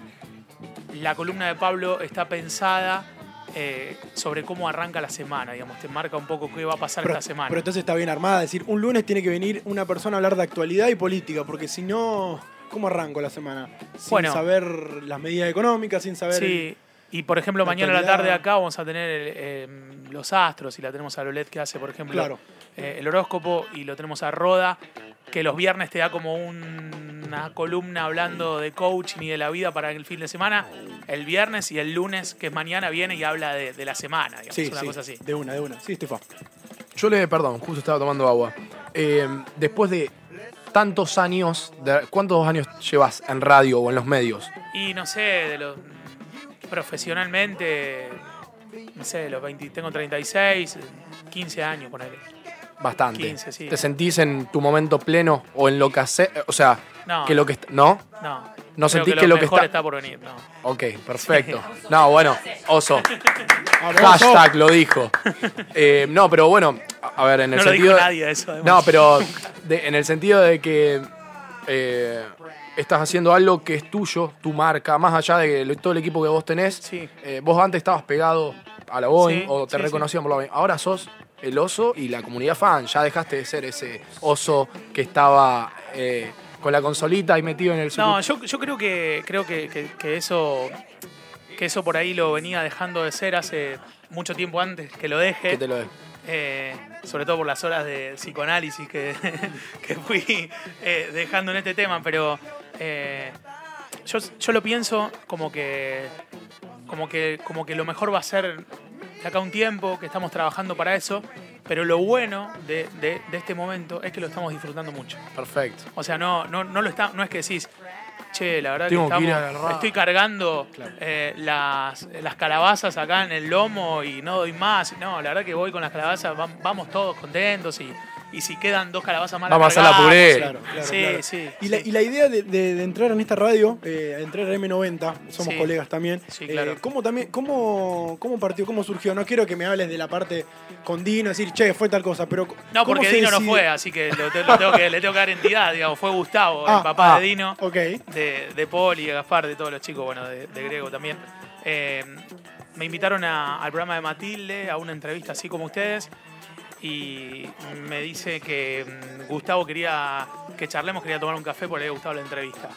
la columna de Pablo está pensada eh, sobre cómo arranca la semana, digamos, te marca un poco qué va a pasar
Pero,
esta semana.
pero entonces está bien armada. Es decir, un lunes tiene que venir una persona a hablar de actualidad y política, porque si no, ¿cómo arranco la semana? Sin
Bueno.
saber las medidas económicas, sin saber.
Sí, y por ejemplo,
la
mañana a la
actualidad.
tarde acá vamos a tener el, eh, los astros y la tenemos a Lolet que hace, por ejemplo,
Claro.
eh, el horóscopo y lo tenemos a Roda, que los viernes te da como un- una columna hablando de coaching y de la vida para el fin de semana. El viernes y el lunes, que es mañana, viene y habla de, de la semana, digamos,
Sí,
una
sí,
cosa así.
De una, de una. Sí, Estefa.
Yo le, perdón, justo estaba tomando agua. Eh, después de tantos años, de- ¿cuántos años llevas en radio o en los medios?
Y no sé, de los profesionalmente, no sé, de los 20, tengo 36, 15 años, ponele.
Bastante.
15, sí.
¿Te sentís en tu momento pleno o en lo que hace, o sea,
No.
que lo que est- no?
No. creo
¿No sentís que lo que
mejor
está-
está por venir? No.
Ok, perfecto. No, bueno, oso.
Vamos,
Hashtag lo dijo. Eh, no, pero bueno, a a ver, en el
No lo
sentido.
dijo nadie eso, además.
No, pero de- en el sentido de que eh, estás haciendo algo que es tuyo, tu marca, más allá de lo- todo el equipo que vos tenés. Eh, vos antes estabas pegado a la Boeing
Sí,
o te
sí,
reconocían por la Boeing. Ahora sos el oso y la comunidad fan. Ya dejaste de ser ese oso que estaba eh, con la consolita y metido en el
No,
sucu-
yo, yo creo que creo que, que- que eso que eso por ahí lo venía dejando de ser hace mucho tiempo antes que lo deje.
que te lo de-
Eh, sobre todo por las horas de psicoanálisis que, que fui eh, dejando en este tema, pero eh, yo, yo lo pienso como que, como que como que lo mejor va a ser de acá a un tiempo, que estamos trabajando para eso, pero lo bueno de, de- de este momento es que lo estamos disfrutando mucho.
Perfecto.
O sea, no, no, no lo está, no es que decís, che, la verdad
Tengo
que,
que ir
estamos-
a la radio".
estoy cargando eh, las, las calabazas acá en el lomo y no doy más. No, la verdad que voy con las calabazas, vam- vamos todos contentos y, y si quedan dos calabazas más las
Vamos a hacer la
cargamos.
puré.
Sí,
Claro,
claro,
sí,
claro.
sí.
Y la, y la idea de, de- de entrar en esta radio, eh, entrar a M90, somos
Sí.
colegas también.
Sí, claro.
Eh, ¿Cómo también, cómo, cómo partió, cómo surgió? No quiero que me hables de la parte con Dino, decir, che, fue tal cosa, pero.
No,
¿cómo
porque
se
Dino no
decide?
fue, así que, lo te- lo tengo que le tengo que dar entidad, digamos, fue Gustavo,
Ah,
el papá
ah,
de Dino.
Ok.
de, de Poli, de Gaspar, de todos los chicos, bueno, de, de Grego también. Eh, me invitaron a- al programa de Matilde, a una entrevista así como ustedes, y me dice que mm, Gustavo quería que charlemos, quería tomar un café porque le había gustado la entrevista.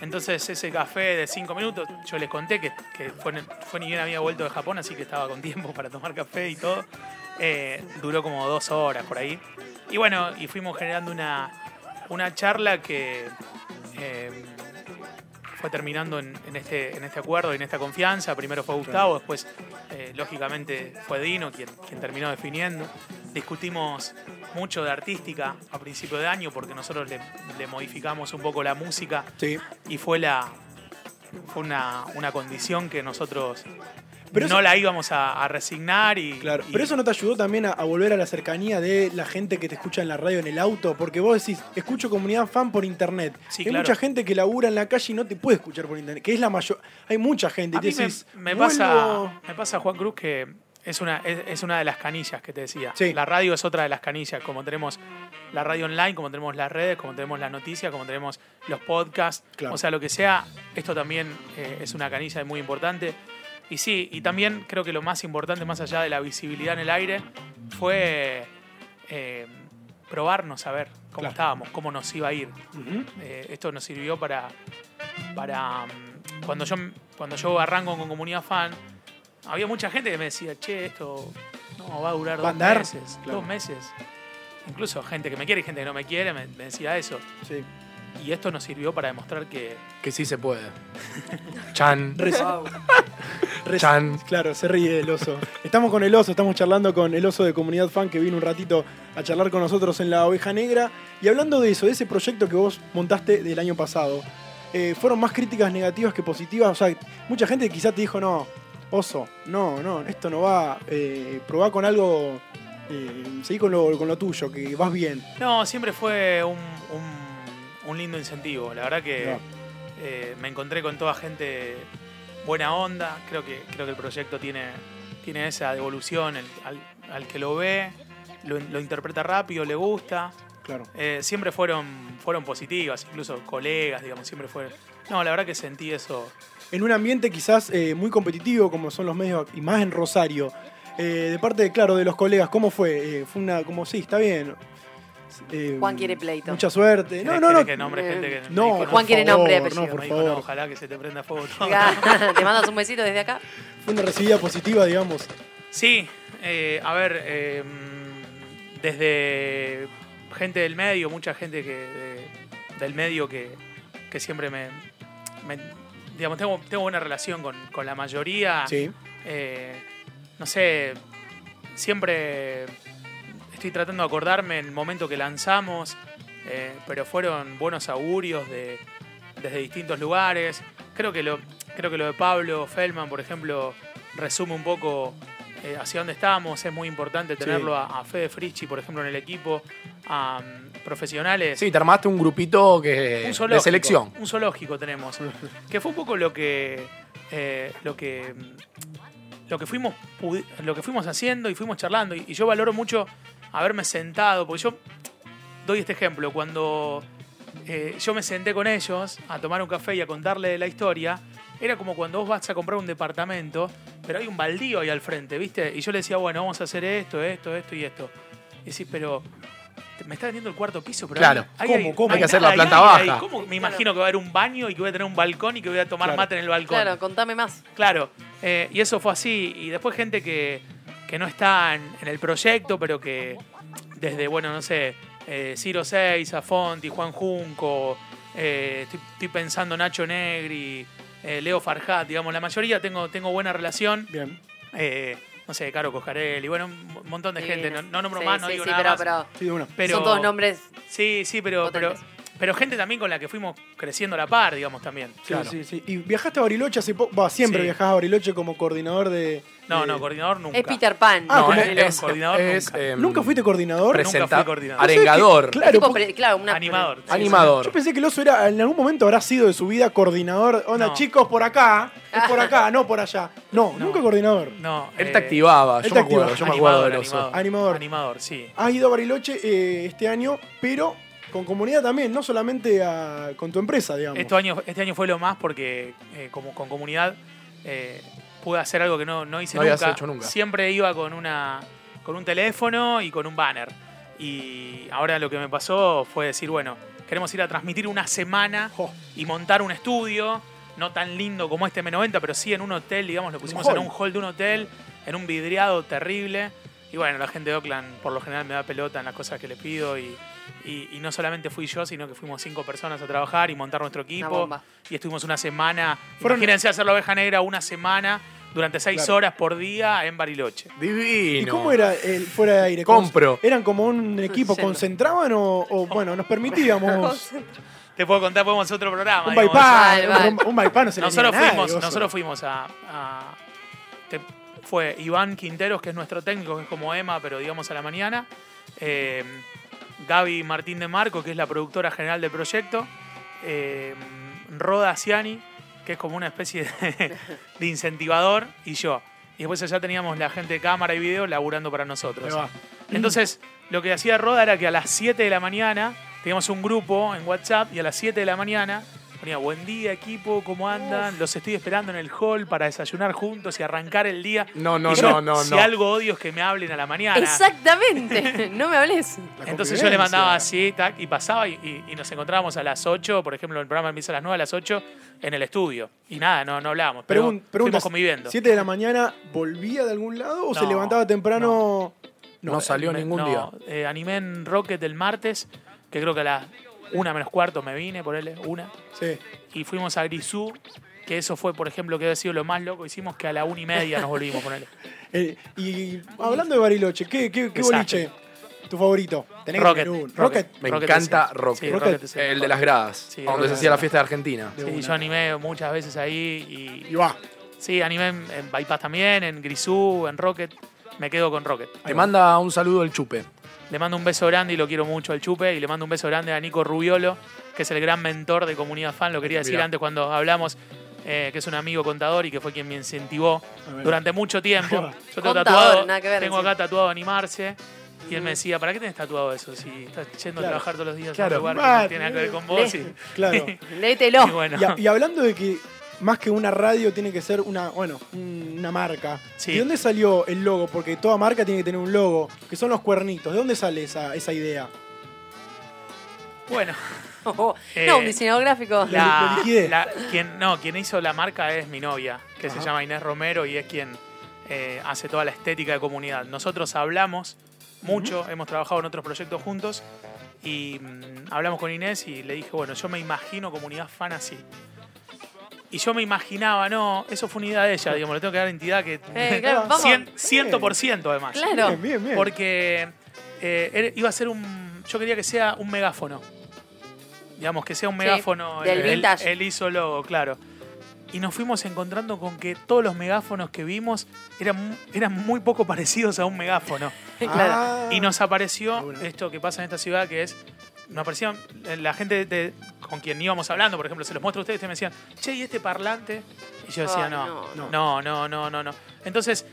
Entonces ese café de cinco minutos, yo les conté que, que fue, fue ni bien había vuelto de Japón, así que estaba con tiempo para tomar café y todo. Eh, duró como dos horas por ahí. Y bueno, y fuimos generando una, una charla que eh, fue terminando en, en este, en este acuerdo y en esta confianza. Primero fue Gustavo, después, eh, lógicamente, fue Dino quien, quien terminó definiendo. Discutimos mucho de artística a principio de año porque nosotros le, le modificamos un poco la música
Sí.
y fue la fue una, una condición que nosotros
Pero
no
eso-
la íbamos a, a resignar y,
Claro,
y
pero eso no te ayudó también a, a volver a la cercanía de la gente que te escucha en la radio, en el auto, porque vos decís, escucho comunidad fan por internet.
Sí,
hay
claro.
mucha gente que labura en la calle y no te puede escuchar por internet, que es la mayor. Hay mucha gente.
a
y
mí me,
decís,
me
vuelvo-
pasa me pasa Juan Cruz que es una es, es una de las canillas que te decía la radio es otra de las canillas como tenemos la radio online como tenemos las redes como tenemos las noticias como tenemos los podcasts
Claro.
o sea lo que sea esto también eh, es una canilla muy importante y sí y también creo que lo más importante más allá de la visibilidad en el aire fue eh, probarnos a ver cómo
Claro.
estábamos cómo nos iba a ir
Ujú.
eh, esto nos sirvió para. para mm, cuando, yo, cuando yo arranco con comunidad fan, había mucha gente que me decía, che, esto no va a durar
¿Va
dos
a andar?"
meses.
Claro.
Dos meses. Incluso gente que me quiere y gente que no me quiere me, me decía eso. Y esto nos sirvió para demostrar que.
Que sí se puede. Chan.
Res- Res-
Chan.
Claro, se ríe el oso. Estamos con el oso, estamos charlando con el oso de Comunidad Fan que vino un ratito a charlar con nosotros en La Oveja Negra. Y hablando de eso, de ese proyecto que vos montaste del año pasado, eh, ¿fueron más críticas negativas que positivas? O sea, mucha gente quizás te dijo, no, oso, no, no, esto no va, eh, probá con algo, eh, seguí con lo, con lo tuyo, que vas bien.
No, siempre fue un, un- un lindo incentivo. La verdad que
Claro.
eh, me encontré con toda gente buena onda. Creo que, creo que el proyecto tiene, tiene esa devolución. el- al, al que lo ve, lo, lo interpreta rápido, le gusta.
Claro.
Eh, siempre fueron, fueron positivas, incluso colegas, digamos, siempre fueron. No, la verdad que sentí eso.
en un ambiente quizás eh, muy competitivo como son los medios y más en Rosario. Eh, de parte, de, claro, de los colegas, ¿cómo fue? Eh, fue una, como, sí, está bien. Eh,
Juan quiere pleito.
Mucha suerte. No,
¿Querés-
no,
querés
no.
que nombre gente que
no,
no
por
Juan quiere
favor,
nombre y
No,
apellido,
por
Me dijo,
favor.
"No, ojalá que se te prenda fuego todo.
Te mandas un besito desde acá.
Fue una recibida positiva, digamos.
Sí, eh, a ver, eh, mm, desde gente del medio, mucha gente que de- del medio que, que siempre me, me- digamos, tengo, tengo buena relación con, con la mayoría.
Sí.
Eh, no sé, siempre estoy tratando de acordarme el momento que lanzamos, eh, pero fueron buenos augurios de, desde distintos lugares. Creo que, lo, creo que lo de Pablo Feldman, por ejemplo, resume un poco eh, hacia dónde estamos. Es muy importante tenerlo a, a Fede Frischi, por ejemplo, en el equipo, a mm, profesionales.
Sí, te armaste un grupito que,
Un
de
zoológico,
selección.
Un zoológico tenemos. que fue un poco lo que. eh, lo que. mm, Lo que fuimos. pudi- Lo que fuimos haciendo y fuimos charlando. Y, y yo valoro mucho haberme sentado. Porque yo doy este ejemplo. Cuando eh, yo me senté con ellos a tomar un café y a contarle la historia. Era como cuando vos vas a comprar un departamento, pero hay un baldío ahí al frente, ¿viste? Y yo le decía, bueno, vamos a hacer esto, esto, esto y esto. Y decís, pero te- me está vendiendo el cuarto piso, pero
Claro.
ahí- ahí
¿Cómo,
hay,
cómo? Hay que hacer
nada,
la
ahí
planta
hay-
baja.
¿Cómo me imagino que va a haber un baño y que voy a tener un balcón y que voy a tomar
Claro.
mate en el balcón?
Claro, contame más.
Claro, eh, y eso fue así. Y después gente que, que no está en, en el proyecto, pero que desde, bueno, no sé, eh, Ciro Seis, Afonti, Juan Junco, eh, estoy, estoy pensando Nacho Negri, eh, Leo Farjat, digamos, la mayoría tengo, tengo buena relación.
Bien.
Eh, no sé, Caro Coscarelli, bueno, un mo- montón de gente, no, no nombro
Sí,
más, no
sí,
digo
sí,
nada
pero-
más.
pero-
Sí, de una.
Pero-
Son todos nombres.
Sí, sí, pero, pero, pero gente también con la que fuimos creciendo a la par, digamos, también.
Sí, sí, sí. Y viajaste a Bariloche hace poco. Va, siempre
Sí.
viajás a Bariloche como coordinador de.
No, no, coordinador nunca.
Es Peter Pan.
Ah, como-
es- es- coordinador
es, em,
¿Nunca fuiste coordinador?
presenta-
Nunca fui coordinador.
arengador.
Claro,
Tipo
porque-
pre- claro, una-
Animador.
Animador.
Yo pensé que el oso era, en algún momento habrá sido de su vida coordinador. Onda,
No.
chicos, por acá, es por acá, no por allá. No, nunca coordinador.
No,
Él te
eh,
activaba,
él
yo
te
me acuerdo,
activaba.
yo me acuerdo del
Animador,
oso.
Animador.
Animador, sí.
Has ido a Bariloche eh, este año, pero con comunidad también, no solamente a- con tu empresa, digamos.
Este año, este año fue lo más porque eh, como con comunidad eh, pude hacer algo que no, no hice
No habías
nunca.
hecho nunca.
Siempre iba con una con un teléfono y con un banner. Y ahora lo que me pasó fue decir, bueno, queremos ir a transmitir una semana
Jo.
y montar un estudio, no tan lindo como este M90, pero sí en un hotel, digamos, lo pusimos en
hall.
un hall de un hotel, en un vidriado terrible. Y bueno, la gente de Oakland por lo general me da pelota en las cosas que les pido y, y- y no solamente fui yo, sino que fuimos cinco personas a trabajar y montar nuestro equipo.
bomba.
Y estuvimos una semana,
Fueron-
imagínense hacer la oveja negra una semana durante seis
Claro.
horas por día en Bariloche.
Divino.
¿Y cómo era el fuera de aire?
Compro.
¿Eran como un equipo? ¿Concentraban o, o, bueno, nos permitíamos?
Te puedo contar, podemos hacer otro programa.
un
digamos.
bypass. Un, un bypass no se le
nosotros
niega a nadie,
fuimos,
gozo.
nosotros fuimos a, a- te- fue Iván Quinteros, que es nuestro técnico, que es como Emma, pero digamos a la mañana. Eh, Gaby Martín de Marco, que es la productora general del proyecto. Eh, Roda Ciani, que es como una especie de, de incentivador, y yo. Y después allá teníamos la gente de cámara y video laburando para nosotros.
Ahí va.
Entonces, lo que hacía Roda era que a las 7 de la mañana teníamos un grupo en WhatsApp y a las 7 de la mañana ponía buen día equipo, ¿cómo andan? Los estoy esperando en el hall para desayunar juntos y arrancar el día.
No, no,
Y
no, no,
Si
no.
algo odio es que me hablen a la mañana.
Exactamente, no me hables.
Entonces yo le mandaba así, tac, y pasaba y, y- y nos encontrábamos a las 8, por ejemplo, el programa empieza a las 9, a las 8, en el estudio. Y nada, no, no hablábamos, pero
Pregun- pregunta,
fuimos conviviendo.
¿Siete de la mañana volvía de algún lado o se
No,
levantaba temprano?
No, me- no, eh, animé en Rocket el martes, que creo que a las una menos cuarto me vine, por él, una.
Sí.
Y fuimos a Grisú, que eso fue, por ejemplo, que ha sido lo más loco. Hicimos que a la una y media nos volvimos, ponele.
Eh, y hablando de Bariloche, ¿qué, qué, qué
Desastre.
boliche? ¿Tu favorito. Tenés que
Rocket.
tener uno.
Rocket.
Me
Rocket
encanta
es el-
Rocket.
sí, Rocket es el
el de
mejor.
las gradas,
Sí,
a donde
Rocket
se
es
hacía
el
la
mejor.
fiesta de Argentina.
Sí, yo animé muchas veces ahí. Y,
Y va.
Sí, animé en, en Bypass también, en Grisú, en Rocket. Me quedo con Rocket.
Te manda un saludo el chupe.
Le mando un beso grande y lo quiero mucho al Chupe. Y le mando un beso grande a Nico Rubiolo, que es el gran mentor de Comunidad Fan. Lo quería decir
Mirá.
antes cuando hablamos, eh, que es un amigo contador y que fue quien me incentivó
ver.
durante mucho tiempo.
Ahí va.
Yo tengo,
Contador,
tatuado,
nada que ver,
tengo
encima.
acá tatuado Animarse. Y él me decía, ¿para qué tenés tatuado eso? Si estás yendo
Mm. Claro.
a trabajar todos los días
Claro.
a un lugar que
Ah,
no tiene nada que ver con
le-
vos. y-
Claro.
Léetelo.
Y bueno.
Y, a- y hablando de que más que una radio tiene que ser una, bueno, un- una marca.
Sí.
¿De dónde salió el logo? Porque toda marca tiene que tener un logo, que son los cuernitos. ¿De dónde sale esa, esa idea?
Bueno. Eh,
no, un diseñador gráfico.
La- la- quien, no, quien hizo la marca es mi novia, que se llama Inés Romero y es quien eh, hace toda la estética de comunidad. Nosotros hablamos mucho, hemos trabajado en otros proyectos juntos y mm, hablamos con Inés y le dije, bueno, yo me imagino comunidad fan así. Y yo me imaginaba, no, eso fue una idea de ella, digamos, le tengo que dar entidad que...
Eh, claro, vamos.
Cien- ciento por ciento además.
Claro.
Bien, bien, bien.
Porque eh, era- iba a ser un... Yo quería que sea un megáfono. Digamos, que sea un
Sí,
megáfono.
del
el- el-
vintage.
el hizo logo, claro. Y nos fuimos encontrando con que todos los megáfonos que vimos eran, mu- eran muy poco parecidos a un megáfono.
Claro.
Ah,
Y nos apareció esto que pasa en esta ciudad, que es. Nos aparecían eh, la gente de- con quien íbamos hablando, por ejemplo, se los muestro a ustedes, ustedes me decían, che, ¿y este parlante? Y yo decía,
Ay,
no,
no,
no, no, no, no, no. Entonces,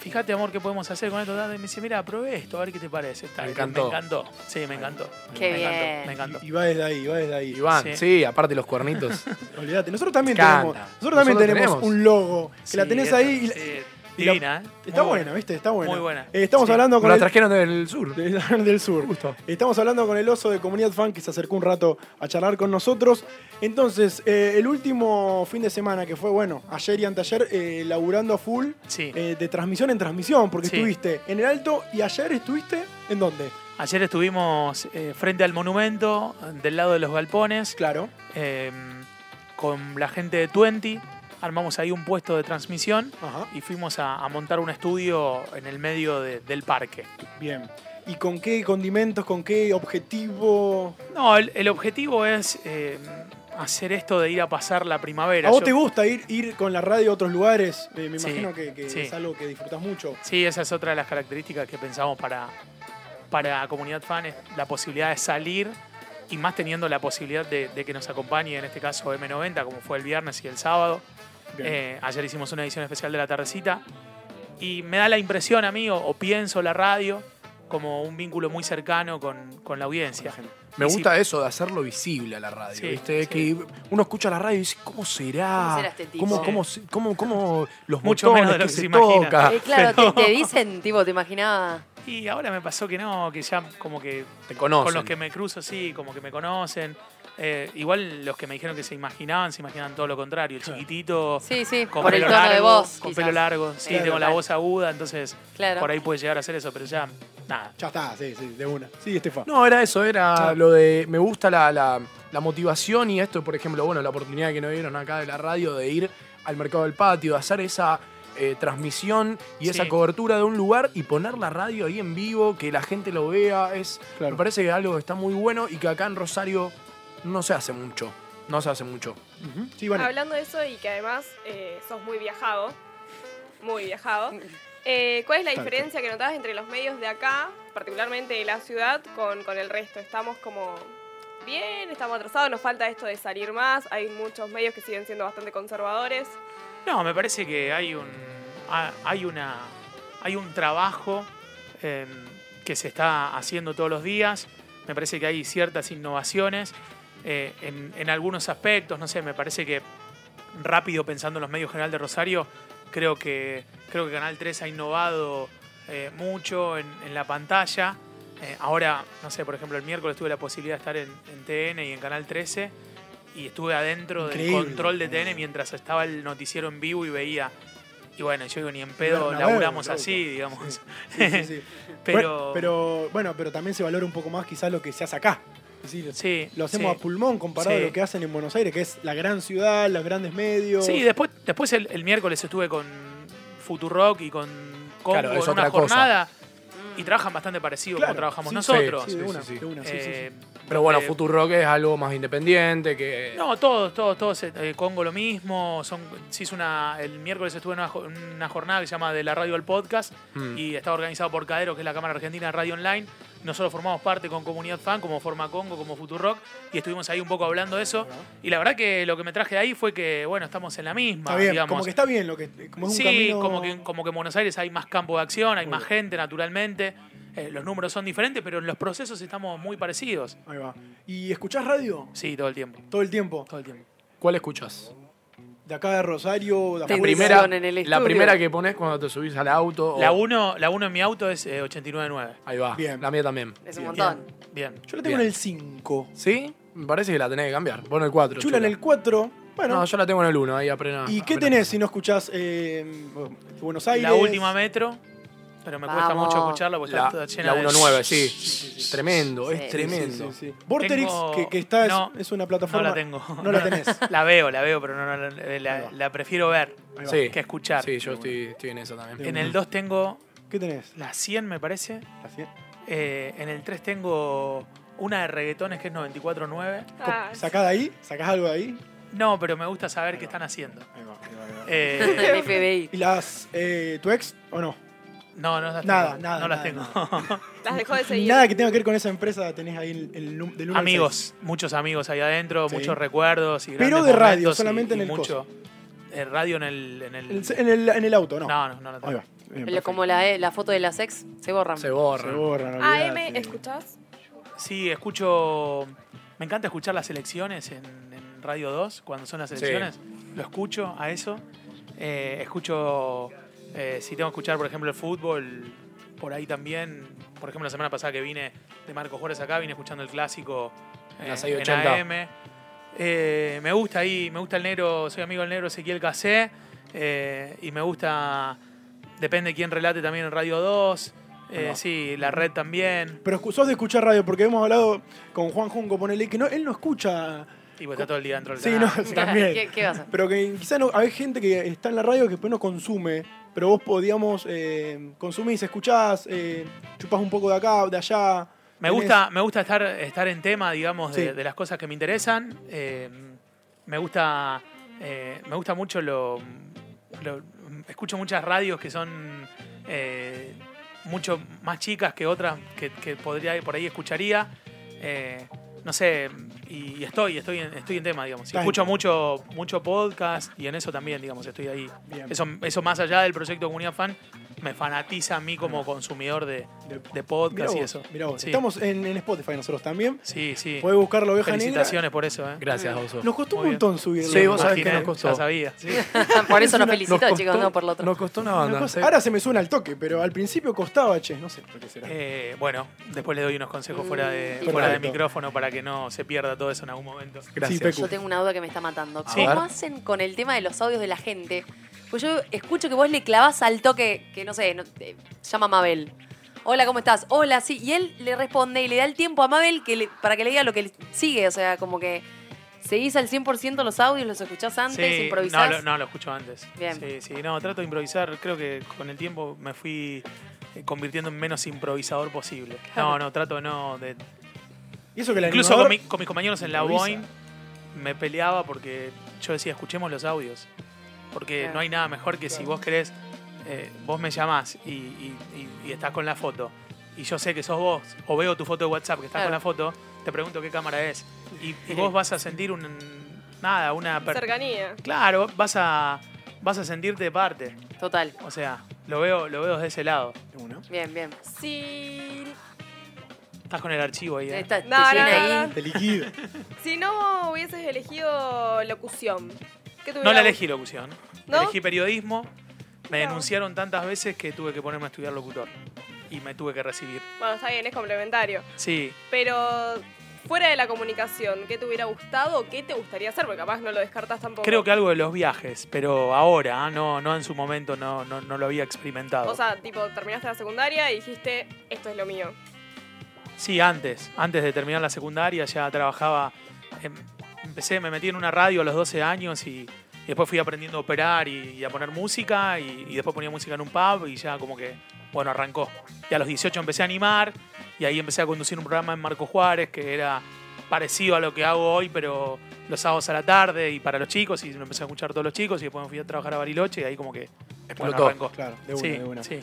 fíjate, amor, qué podemos hacer con esto. tal. Y me dice, mira, probé esto, a ver qué te parece. tal.
Me encantó.
Me encantó. Sí, me encantó.
Qué
me
bien.
encantó. Me encantó.
Y va desde ahí, va desde ahí.
Iván, sí,
Sí.
aparte los cuernitos.
Olvídate. Nosotros también
Canta.
tenemos, nosotros también
Nosotros
tenemos,
tenemos.
un logo, que la
Sí,
tenés
esta-
ahí. y la-
sí,
y la-
divina, ¿eh?
Está
Muy
buena, ¿viste? Está buena.
Muy buena.
Eh, estamos
Sí.
hablando
Nos
con
la
el-
trajeron del sur.
del, del sur.
Justo.
Estamos hablando con el oso de Comunidad Fan que se acercó un rato a charlar con nosotros. Entonces, eh, el último fin de semana que fue, bueno, ayer y anteayer, eh, laburando a full
Sí.
eh, de transmisión en transmisión, porque
Sí.
estuviste en el alto y ayer estuviste en dónde?
Ayer estuvimos eh, frente al monumento, del lado de los galpones,
Claro.
eh, con la gente de Twenty. Armamos ahí un puesto de transmisión
Ajá.
y fuimos a, a montar un estudio en el medio de- del parque.
Bien. ¿Y con qué condimentos, con qué objetivo?
No, el, el objetivo es eh, hacer esto de ir a pasar la primavera.
¿A vos
Yo-
te gusta ir, ir con la radio a otros lugares? Eh, me
Sí,
imagino que, que
sí.
es algo que disfrutas mucho.
Sí, esa es otra de las características que pensamos para, para Comunidad Fan, es la posibilidad de salir y más teniendo la posibilidad de, de que nos acompañe, en este caso M90, como fue el viernes y el sábado.
Bien.
Eh, ayer hicimos una edición especial de la tardecita y me da la impresión a mí, o, o pienso la radio, como un vínculo muy cercano con, con la audiencia.
Me
Y si-
gusta eso de hacerlo visible a la radio,
Sí,
¿viste?
sí.
Que uno escucha la radio y dice, ¿cómo será?
¿Cómo será este tipo?
¿Cómo,
Sí.
cómo se- cómo- cómo los
Mucho
botones
menos de lo
que,
que
se,
se imagina.
toca?
Eh, claro,
Pero-
te, te dicen, tipo, te imaginaba.
Y ahora me pasó que no, que ya como que
Te conocen.
con los que me cruzo, sí, como que me conocen. Eh, igual los que me dijeron que se imaginaban, se imaginaban todo lo contrario. El chiquitito.
Sí, sí,
Con
por el
pelo
tono de
largo,
voz,
Con
quizás.
pelo largo. Sí,
Claro.
tengo la voz aguda, entonces.
Claro.
Por ahí puede llegar a ser eso, pero ya. Nada.
Ya está, sí, sí, de una. Sí, este Estefa.
No, era eso, era
Ah.
lo de me gusta la, la- la motivación y esto, por ejemplo, bueno, la oportunidad que nos dieron acá de la radio de ir al mercado del patio, de hacer esa eh, transmisión y
Sí.
esa cobertura de un lugar y poner la radio ahí en vivo, que la gente lo vea, es me parece que algo que está muy bueno y que acá en Rosario no se hace mucho, no se hace mucho.
Sí, bueno.
Hablando de eso y que además eh, sos muy viajado, muy viajado, eh, ¿cuál es la
Tal cual.
diferencia que notabas entre los medios de acá, particularmente de la ciudad, con, con el resto? Estamos como bien, estamos atrasados, nos falta esto de salir más, hay muchos medios que siguen siendo bastante conservadores.
No, me parece que hay un. ha- hay una. hay un trabajo eh, que se está haciendo todos los días. Me parece que hay ciertas innovaciones eh, en, en algunos aspectos. No sé, me parece que rápido pensando en los medios general de Rosario, creo que, creo que Canal 3 ha innovado eh, mucho en, en la pantalla. Eh, ahora, no sé, por ejemplo, el miércoles tuve la posibilidad de estar en, en TN y en Canal 13 y estuve adentro
Increíble.
del control de TN mientras estaba el noticiero en vivo y veía. Y bueno, yo digo, ni en pedo
Bernabéu,
laburamos
loco.
así, digamos.
Sí, sí, sí.
pero,
Bueno, pero bueno, pero también se valora un poco más quizás lo que se hace acá. Es decir,
sí,
lo hacemos
sí.
a pulmón comparado
Sí.
a lo que hacen en Buenos Aires, que es la gran ciudad, los grandes medios.
Sí, después, después el, el miércoles estuve con Futurock y con Congo
Claro, es
en una
otra cosa.
jornada y trabajan bastante parecido
Claro,
como trabajamos
sí,
nosotros.
sí, sí, de una, de una, sí, sí, sí.
Eh,
Pero bueno,
donde-
Futuro Rock es algo más independiente que...
No, todos, todos, todos. eh, Congo lo mismo. Son, se hizo una, el miércoles estuve en una, jo- una jornada que se llama De la Radio al Podcast
Mm.
y está organizado por Cadero, que es la Cámara Argentina de Radio Online. Nosotros formamos parte con Comunidad Fan, como Forma Congo, como Futurock, y estuvimos ahí un poco hablando de eso. Y la verdad que lo que me traje de ahí fue que, bueno, estamos en la misma,
Está bien,
digamos.
como que está bien lo que como es un
sí,
camino
como, que, como que en Buenos Aires hay más campo de acción, hay más gente, naturalmente. Eh, los números son diferentes, pero en los procesos estamos muy parecidos.
Ahí va. ¿Y escuchás radio?
Sí, todo el tiempo.
Todo el tiempo.
Todo el tiempo.
¿Cuál escuchas?
De acá de Rosario, de
La
afuera.
primera, la primera que pones cuando te subís al auto. o-
La 1 la uno en mi auto es eh, 89.9.
Ahí va. La mía también.
Es
Bien.
un montón.
Bien.
Yo la tengo en el 5.
¿Sí? Me parece que la tenés que cambiar. Pon el 4.
Chula en el 4. Bueno.
No, yo la tengo en el 1, ahí aprena.
¿Y qué tenés si no escuchás eh, Buenos Aires?
Ah, La última metro, pero me cuesta
Vamos.
mucho escucharla porque
La,
está toda llena
la
de-
1.9, sí. Tremendo, es tremendo.
Sí, sí, sí. Vorterix,
Tengo-
que, que está, es-
no,
es, una plataforma.
No la tengo.
No la tenés.
la veo, la veo, pero no, no, la- eh, la, la prefiero ver
va. Sí.
que escuchar.
Sí, yo estoy, estoy en esa también.
En el 2 tengo
¿Qué tenés?
la 100, me parece.
La 100.
Eh, en el 3 tengo una de reggaetones que es 94.9.
Ah,
¿Sacás de ahí? ¿Sacás algo de ahí?
No, pero me gusta saber qué están haciendo.
El
Eh,
FBI.
¿Y las. eh, ¿Tu ex o no?
no, no las tengo.
Nada, nada,
No las
nada,
tengo.
Las dejó de seguir.
Nada que tenga que ver con esa empresa tenés ahí el, el num- del uno al
amigos,
seis.
muchos amigos ahí adentro,
Sí.
muchos recuerdos y
Pero
grandes
de radio,
momentos y-
solamente en
y
el
mucho eh, radio en el en el,
En el se- En el, en el auto, ¿no?
No, no, no la tengo.
Ahí va. Bien,
Pero como la, eh, la foto de las ex, se borran.
Se borra.
Se borran,
AM,
olvidate.
¿escuchás?
Sí, escucho me encanta escuchar las elecciones en, en Radio 2 cuando son las
Sí.
elecciones, lo escucho a eso. Eh, escucho eh, si tengo que escuchar, por ejemplo, el fútbol por ahí también, por ejemplo, la semana pasada que vine de Marcos Juárez acá, vine escuchando el clásico
En
eh,
la
en
680.
AM. Eh, me gusta ahí, me gusta el negro, soy amigo del negro Ezequiel Casé. eh, y me gusta, depende quién relate también en Radio 2. eh, sí, la red también.
Pero escu- sos de escuchar radio, porque hemos hablado con Juan Junco, ponele que no, él no escucha.
Y pues está todo el día dentro del
Sí, no,
canal.
también.
¿Qué- qué vas a hacer?
Pero que quizás no, hay gente que está en la radio que después no consume, pero vos podíamos eh, consumís, escuchás, eh, chupás un poco de acá, de allá.
Me
tenés-
gusta, me gusta estar, estar en tema, digamos, de,
Sí.
de las cosas que me interesan. Eh, me gusta. eh, me gusta mucho lo, lo- Escucho muchas radios que son eh, mucho más chicas que otras que, que podría por ahí escucharía. Eh, no sé, y, y estoy, estoy en, estoy en tema, digamos. Y
Está en
escucho
tema.
mucho, mucho podcast y en eso también, digamos, estoy ahí.
Bien.
Eso, eso más allá del proyecto Comunidad Fan, me fanatiza a mí como consumidor de, de podcast y
Mirá vos,
eso.
mirá vos.
Sí.
Estamos en, en Spotify nosotros también.
Sí, sí.
Podés buscar la oveja negra.
Felicitaciones por eso, ¿eh?
Gracias, Oso.
Nos costó
Muy
un montón subirlo.
Sí, vos sabés que
Imaginé,
nos costó.
ya sabía.
por eso nos
Nos
felicito,
costó-
chicos, no por lo otro.
Nos costó una
Una
banda.
cosa-
sí.
Ahora se me suena al toque, pero al principio costaba, che, no sé por qué será.
Eh, bueno, después le doy unos consejos fuera de,
Mm,
fuera de
perfecto.
micrófono para que no se pierda todo eso en algún momento.
Yo tengo una duda que me está matando.
A
¿Cómo
ver.
hacen con el tema de los audios de la gente? Pues yo escucho que vos le clavás al toque, que no sé, no- eh, llama Mabel. Hola, ¿cómo estás? Hola, sí. Y él le responde y le da el tiempo a Mabel que le- para que le diga lo que sigue. O sea, como que seguís al 100% los audios, los escuchás antes,
Sí,
improvisás.
No, lo, no, lo escucho antes.
Bien.
Sí, sí, no, trato de improvisar. Creo que con el tiempo me fui eh, convirtiendo en menos improvisador posible. No,
Claro.
no, trato de no de...
Y eso que el
Incluso con,
animador
mi- con mis compañeros en la
improvisa.
Boeing me peleaba porque yo decía, escuchemos los audios. Porque
Claro.
no hay nada mejor que si vos querés, eh, vos me llamás y, y- y- y estás con la foto. Y yo sé que sos vos, o veo tu foto de WhatsApp que estás
Claro.
con la foto, te pregunto qué cámara es. Y, y vos vas a sentir un, nada, una per-
Cercanía.
Claro, vas a, vas a sentirte de parte.
Total.
O sea, lo veo, lo veo desde ese lado.
Bien, bien.
Si,
Estás con el archivo ahí. ¿eh?
Está-
No, te no, llena no, ahí. no.
te liquida.
si no hubieses elegido locución, ¿qué
No la
tuvieras-
elegí locución.
¿No?
Elegí periodismo. Me denunciaron tantas veces que tuve que ponerme a estudiar locutor. Y me tuve que recibir.
Bueno, está bien, es complementario.
Sí.
Pero fuera de la comunicación, ¿qué te hubiera gustado o qué te gustaría hacer? Porque capaz no lo descartas tampoco.
Creo que algo de los viajes, pero ahora, ¿ah? no, no en su momento, no, no, no lo había experimentado.
O sea, tipo, terminaste la secundaria y dijiste, esto es lo mío.
Sí, antes. Antes de terminar la secundaria ya trabajaba. em, Empecé, me metí en una radio a los 12 años y, y después fui aprendiendo a operar y, y a poner música y, y después ponía música en un pub y ya como que, bueno, arrancó. Y a los 18 empecé a animar y ahí empecé a conducir un programa en Marco Juárez que era parecido a lo que hago hoy, pero los sábados a la tarde y para los chicos y lo empecé a escuchar todos los chicos y después me fui a trabajar a Bariloche y ahí como que, bueno,
Explotó.
arrancó.
Claro, de una,
Sí,
de una.
sí.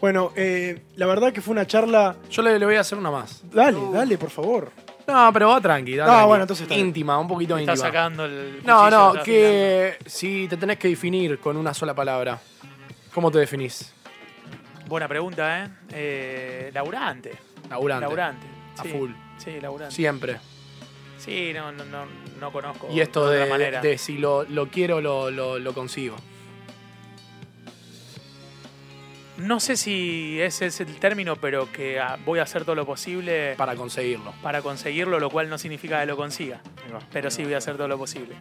Bueno, eh, la verdad que fue una charla.
Yo le, le voy a hacer una más.
Dale, dale, por favor.
No, pero va tranqui. da
No,
tranqui.
bueno, entonces está bien.
Íntima, un poquito
Me
íntima.
está sacando el...
No,
cuchillo,
no,
está
que si te tenés que definir con una sola palabra, ¿cómo te definís?
Buena pregunta, ¿eh? eh laburante.
Laburante.
Laburante.
A
sí.
full.
Sí, laburante.
Siempre.
Sí, no, no, no, no conozco.
Y esto
otra
de,
manera.
de si lo, lo quiero, lo, lo, lo consigo.
No sé si ese es el término, pero que ah, voy a hacer todo lo posible.
Para conseguirlo.
Para conseguirlo, lo cual no significa que lo consiga.
va.
Pero sí voy a hacer todo lo posible.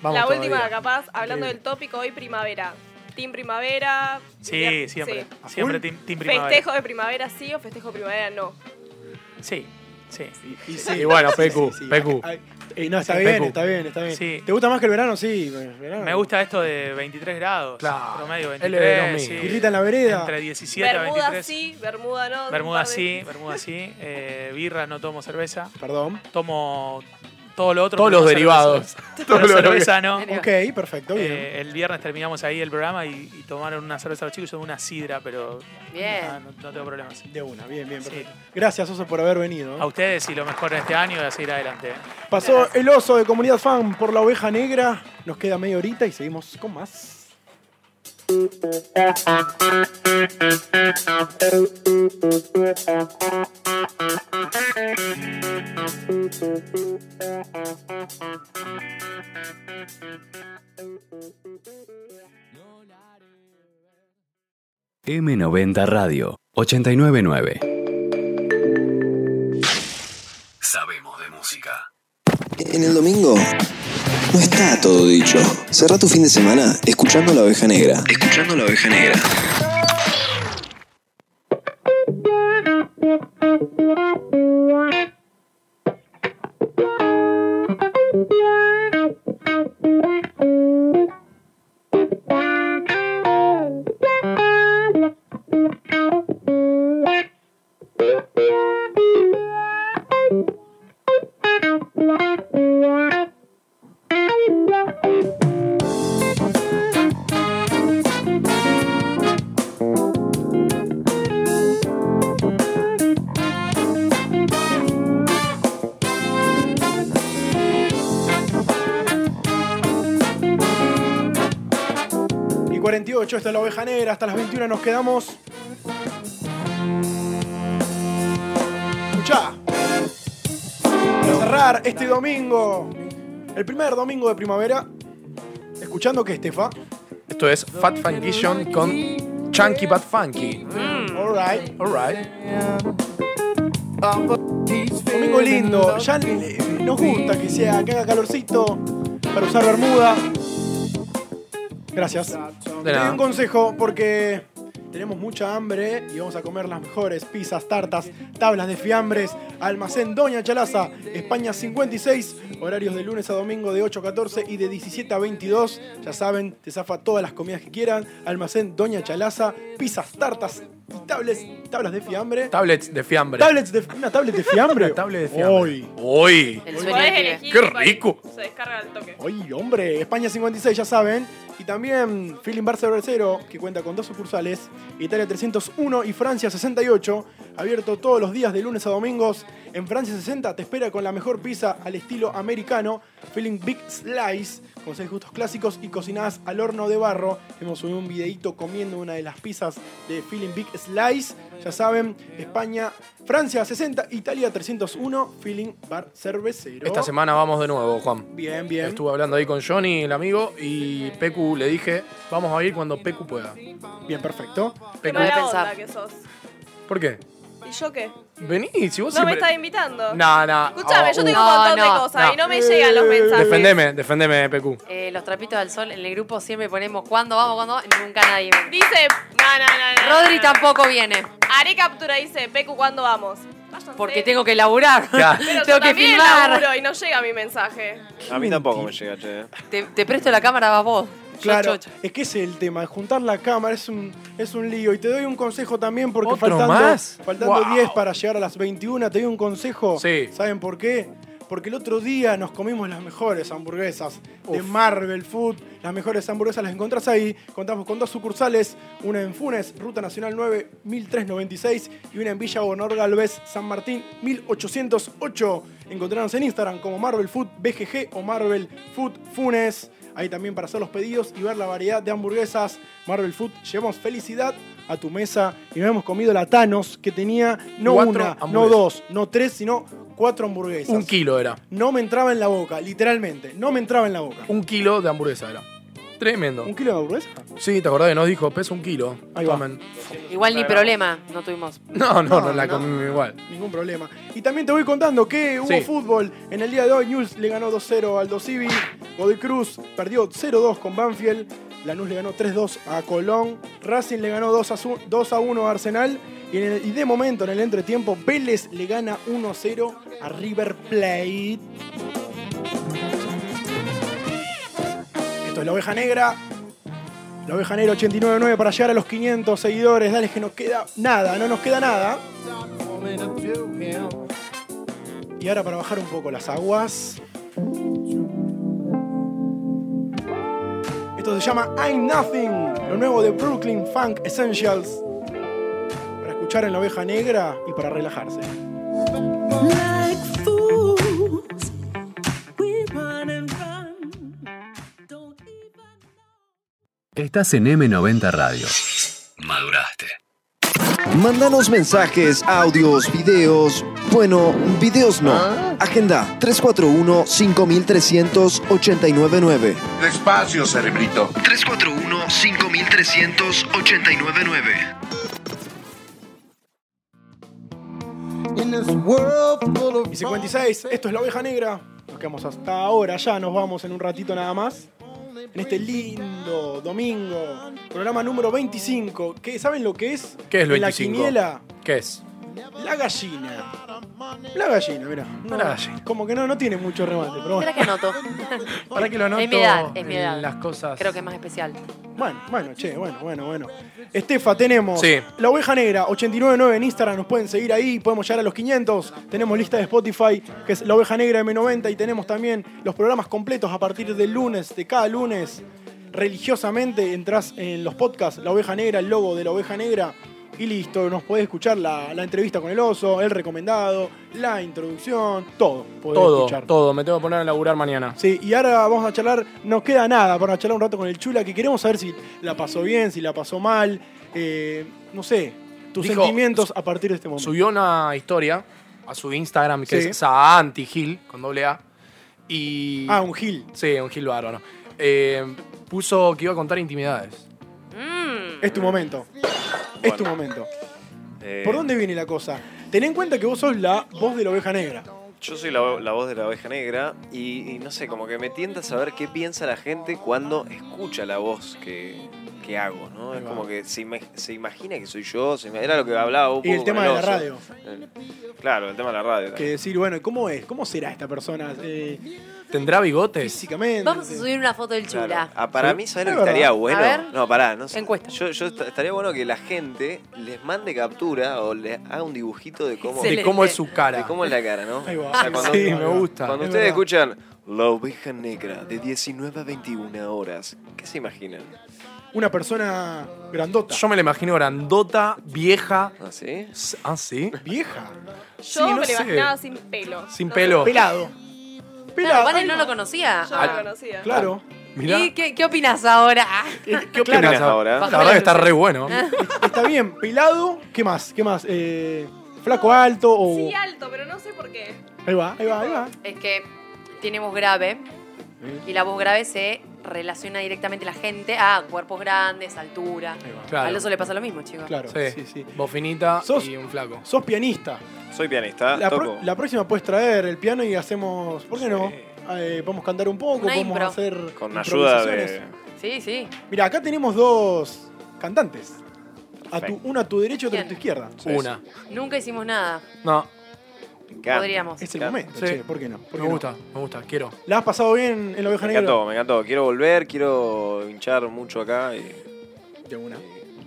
Vamos
la
todavía.
última, capaz, hablando
Increíble.
del tópico, hoy primavera. Team primavera.
Sí, siempre.
sí.
Siempre team, team primavera.
¿Festejo de primavera sí o festejo de primavera no?
Sí, sí.
Y,
Y bueno, PQ, PQ.
Ay, eh, no, está
Sí,
bien,
PQ.
está bien, está bien.
Sí.
¿Te gusta más que el verano? Sí, el verano.
Me gusta esto de 23 grados.
Claro.
Promedio
Él es de los
23. sí.
míos.
Birrita en la vereda.
Entre 17 a
Bermuda
23.
sí, Bermuda no.
Bermuda
un par de-
sí, Bermuda sí. Eh, birra, no tomo cerveza.
Perdón.
Tomo todo lo otro.
Todos
pero
los
no
derivados.
cerveza.
Todo
Pero
lo
cerveza no.
Ok, perfecto, bien.
Eh, el viernes terminamos ahí el programa y, y tomaron una cerveza los chicos. Yo tomé una sidra, pero
Bien.
ah, no, no tengo problemas.
De una, bien, bien,
Sí.
perfecto. Gracias, Oso, por haber venido. ¿eh?
A ustedes y lo mejor en este año y a seguir adelante.
Pasó el oso de Comunidad Fan por la oveja negra. Nos queda media horita y seguimos con más.
M90 Radio 899.
Sabemos de música.
En el domingo no está todo dicho. Cerra tu fin de semana escuchando la oveja negra. Escuchando la oveja negra.
Thank you.
8, esta es la oveja negra, hasta las 21 nos quedamos. Escuchá. Para cerrar este domingo, el primer domingo de primavera, escuchando que Estefa.
Esto es Fat Funkition con Chunky But Funky.
Alright.
Alright.
Domingo lindo, ya le- nos gusta que sea, que haga calorcito para usar bermuda. Gracias.
De
Te doy
nada.
un consejo porque tenemos mucha hambre y vamos a comer las mejores pizzas, tartas, tablas de fiambres, almacén Doña Chalaza, España 56, horarios de lunes a domingo de 8 a 14 y de 17 a 22. Ya saben, te zafa todas las comidas que quieran, almacén Doña Chalaza, pizzas, tartas y tables, tablas de fiambre.
Tablets de fiambre.
Tablets de, una tablet de fiambre. Oh, una
tablet de fiambre.
Hoy.
Uy.
Podés elegir
¡Qué
cuál.
rico!
Se descarga al toque.
Ay, hombre, España 56, ya saben. Y también Feeling Bar 0, que cuenta con dos sucursales, Italia 301 y Francia 68, abierto todos los días de lunes a domingos. En Francia 60 te espera con la mejor pizza al estilo americano, Feeling Big Slice, con seis gustos clásicos y cocinadas al horno de barro. Hemos subido un videito comiendo una de las pizzas de Feeling Big Slice. Ya saben, España, Francia 60, Italia 301, Feeling Bar Cervecero.
Esta semana vamos de nuevo, Juan.
Bien, bien.
Estuve hablando ahí con Johnny, el amigo, y Pecu le dije, vamos a ir cuando Pecu pueda.
Bien, perfecto.
Qué
Pecu,
mala onda que sos.
¿por qué?
¿Y yo qué?
Vení, si
No
vos
me
siempre...
estás invitando.
No, no.
Escuchame, yo tengo
No,
un montón
uh. no,
de cosas
no.
y no me llegan
Uh.
los mensajes.
Defendeme, defendeme, Pecu.
Eh, los trapitos del sol, en el grupo siempre ponemos cuándo vamos, cuándo vamos, nunca nadie viene.
Dice, no, no, no, no,
Rodri
no.
tampoco viene,
Haré captura, dice, Pecu, ¿cuándo vamos? Váyanse.
porque tengo que laburar,
Ya.
Pero yo
tengo que
también
filmar.
laburo y no llega mi mensaje.
A mí tampoco me llega, che.
Te, te presto la cámara, vas vos. Yo,
Claro,
yo, yo.
es que ese es el tema, juntar la cámara es un, es un lío. Y te doy un consejo también, porque
¿Otro
faltando,
más?
faltando
Wow.
10 para llegar a las 21, te doy un consejo.
Sí.
¿Saben por qué? Porque el otro día nos comimos las mejores hamburguesas de Marvel Food. Las mejores hamburguesas las encontrás ahí. Contamos con dos sucursales, una en Funes, Ruta Nacional 9, 1396, y una en Villa Bonor Galvez, San Martín, 1808. Encontrarnos en Instagram como Marvel Food BGG o Marvel Food Funes. Ahí también para hacer los pedidos y ver la variedad de hamburguesas. Marvel Food, llevamos felicidad a tu mesa y nos hemos comido la Thanos que tenía no
Cuatro
una, no
hamburguesas.
dos, no tres, sino cuatro hamburguesas.
Un kilo era.
No me entraba en la boca, literalmente. No me entraba en la boca.
Un kilo de hamburguesa era. Tremendo.
¿Un kilo de hamburguesa?
Sí, ¿te acordás que nos dijo? Pesa un kilo.
Ahí va.
Tomen.
Igual ni problema, no tuvimos.
No, no, no, la
no.
comimos igual.
Ningún problema. Y también te voy contando que hubo
Sí.
fútbol. En el día de hoy, News le ganó 2-0 al Dosivi. Godoy Cruz perdió 0-2 con Banfield. Lanús le ganó 3-2 a Colón. Racing le ganó 2-1 a Arsenal. Y, en el- y de momento, en el entretiempo, Vélez le gana 1-0 a River Plate. Esto es la oveja negra. La oveja negra 89.9 para llegar a los 500 seguidores. Dale que nos queda nada, no nos queda nada. Y ahora para bajar un poco las aguas. Esto se llama I'm Nothing, lo nuevo de Brooklyn Funk Essentials. Para escuchar en la oveja negra y para relajarse.
Like fools, we run and run.
Estás en M90 Radio. Maduraste.
Mándanos mensajes, audios, videos. Bueno, videos no.
Ah.
Agenda 341-5389-9.
Despacio, cerebrito.
341-5389-9.
Y 56, esto es la oveja negra. Nos quedamos hasta ahora, ya nos vamos en un ratito nada más. En este lindo domingo, programa número 25. que ¿Saben lo que es?
¿Qué es lo
En la
25?
quiniela,
¿Qué es?
la gallina. La gallina, mirá. No,
La gallina.
Como que no, no tiene mucho remate, pero bueno.
Espera que anoto.
Para que lo anoto
Es mi edad, es mi
en
edad.
las cosas.
Creo que es más especial.
Bueno, bueno, che, bueno, bueno, bueno. Estefa, tenemos
Sí.
La Oveja Negra, 899 en Instagram, nos pueden seguir ahí, podemos llegar a los 500. Tenemos lista de Spotify, que es La Oveja Negra M90, y tenemos también los programas completos a partir del lunes, de cada lunes. Religiosamente entras en los podcasts, La Oveja Negra, el logo de La Oveja Negra, y listo, nos podés escuchar la, la entrevista con el oso, el recomendado, la introducción, todo. Podés
Todo,
escuchar.
todo. Me tengo que poner a laburar mañana.
Sí, y ahora vamos a charlar, nos queda nada para charlar un rato con el Chula, que queremos saber si la pasó bien, si la pasó mal, eh, no sé, tus
Dijo,
sentimientos a partir de este momento.
Subió una historia a su Instagram que
Sí.
es Saanti Gil, con doble A. Y,
Ah, un Gil.
Sí, un Gil bárbaro. Eh, puso que iba a contar intimidades.
Es tu momento. Es tu momento.
Eh,
¿Por dónde viene la cosa? Ten en cuenta que vos sos la voz de la oveja negra.
Yo soy la, la voz de la oveja negra y, y no sé, como que me tienta a saber qué piensa la gente cuando escucha la voz que, que hago, ¿no? Es
va.
como que se, ima- se imagina que soy yo, se ima- era lo que hablaba un
Y el
poco
tema
con
de la
oso.
radio.
El- claro, el tema de la radio.
Que decir, bueno, ¿cómo es? ¿Cómo será esta persona? Eh,
¿Tendrá bigotes?
físicamente.
Vamos a subir una foto del chula.
Claro. Ah, para
Sí.
mí, ¿sabes lo
Es
que estaría
verdad.
bueno?
A ver.
no, pará, no sé. Yo, yo est- estaría bueno que la gente les mande captura o le haga un dibujito de cómo,
De cómo es su cara.
De cómo es la cara, ¿no?
Ahí va.
O sea, cuando-
Sí, me gusta.
Cuando
Es
ustedes
verdad.
escuchan La oveja negra de 19 a 21 horas, ¿qué se imaginan?
Una persona grandota.
Yo me la imagino grandota, vieja.
¿Ah, sí?
¿Ah, sí?
¿Vieja?
Yo
Sí,
me
no
lo
sé.
imaginaba sin pelo.
Sin pelo.
Pelado.
Claro, Vane no lo conocía.
Yo no lo conocía.
Claro.
Ah, Mirá.
¿Y qué, qué opinas ahora?
¿Qué
Claro.
opinas ahora? La verdad que está re bueno.
Está bien, pelado. ¿Qué más? ¿Qué más? Eh, flaco alto
Oh.
o.
Sí, alto, pero no sé por qué.
Ahí va, ahí va, ahí va.
Es que tiene voz grave y la voz grave se relaciona directamente la gente a cuerpos grandes, altura.
Claro.
Al oso le pasa lo mismo, chicos.
Claro,
Sí,
sí, sí.
Vos finita y un flaco.
Sos pianista.
Soy pianista,
La, pro-
toco.
la próxima puedes traer el piano y hacemos. ¿Por qué no? Eh, podemos cantar un poco,
Una
podemos
impro.
hacer.
Con ayuda de.
improvisaciones.
Sí, sí.
Mira, acá tenemos dos cantantes. A tu, una a tu derecha y otra a tu izquierda.
Una.
Nunca hicimos nada.
No.
Podríamos.
Es el
Canta.
momento,
Sí.
che, ¿por qué no? ¿Por qué
Me
no?
gusta, me gusta, quiero.
¿La has pasado bien en la oveja
Me
negra?
encantó, me encantó. Quiero volver, quiero hinchar mucho acá. Y,
De una.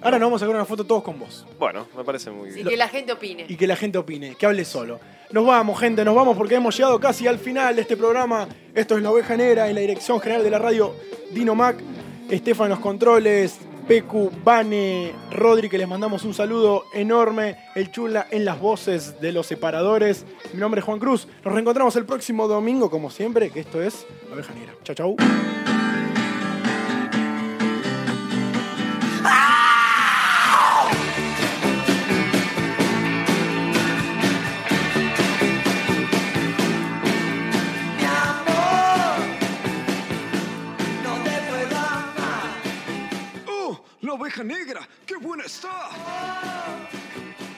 Ahora nos vamos a sacar una foto todos con vos.
bueno, me parece muy
Y
bien.
que la gente opine.
Y que la gente opine, que hable solo. Nos vamos, gente, nos vamos porque hemos llegado casi al final de este programa. Esto es La Oveja Negra en la dirección general de la radio Dino Mac. Estefan en los controles, Pecu, Bane, Rodri, que les mandamos un saludo enorme. El Chula en las voces de los separadores. Mi nombre es Juan Cruz. Nos reencontramos el próximo domingo, como siempre, que esto es La Oveja Negra. Chau, chau.
Mi amor, no te puedo amar. Uh,
¡Oh! ¡La oveja negra! ¡Qué buena está!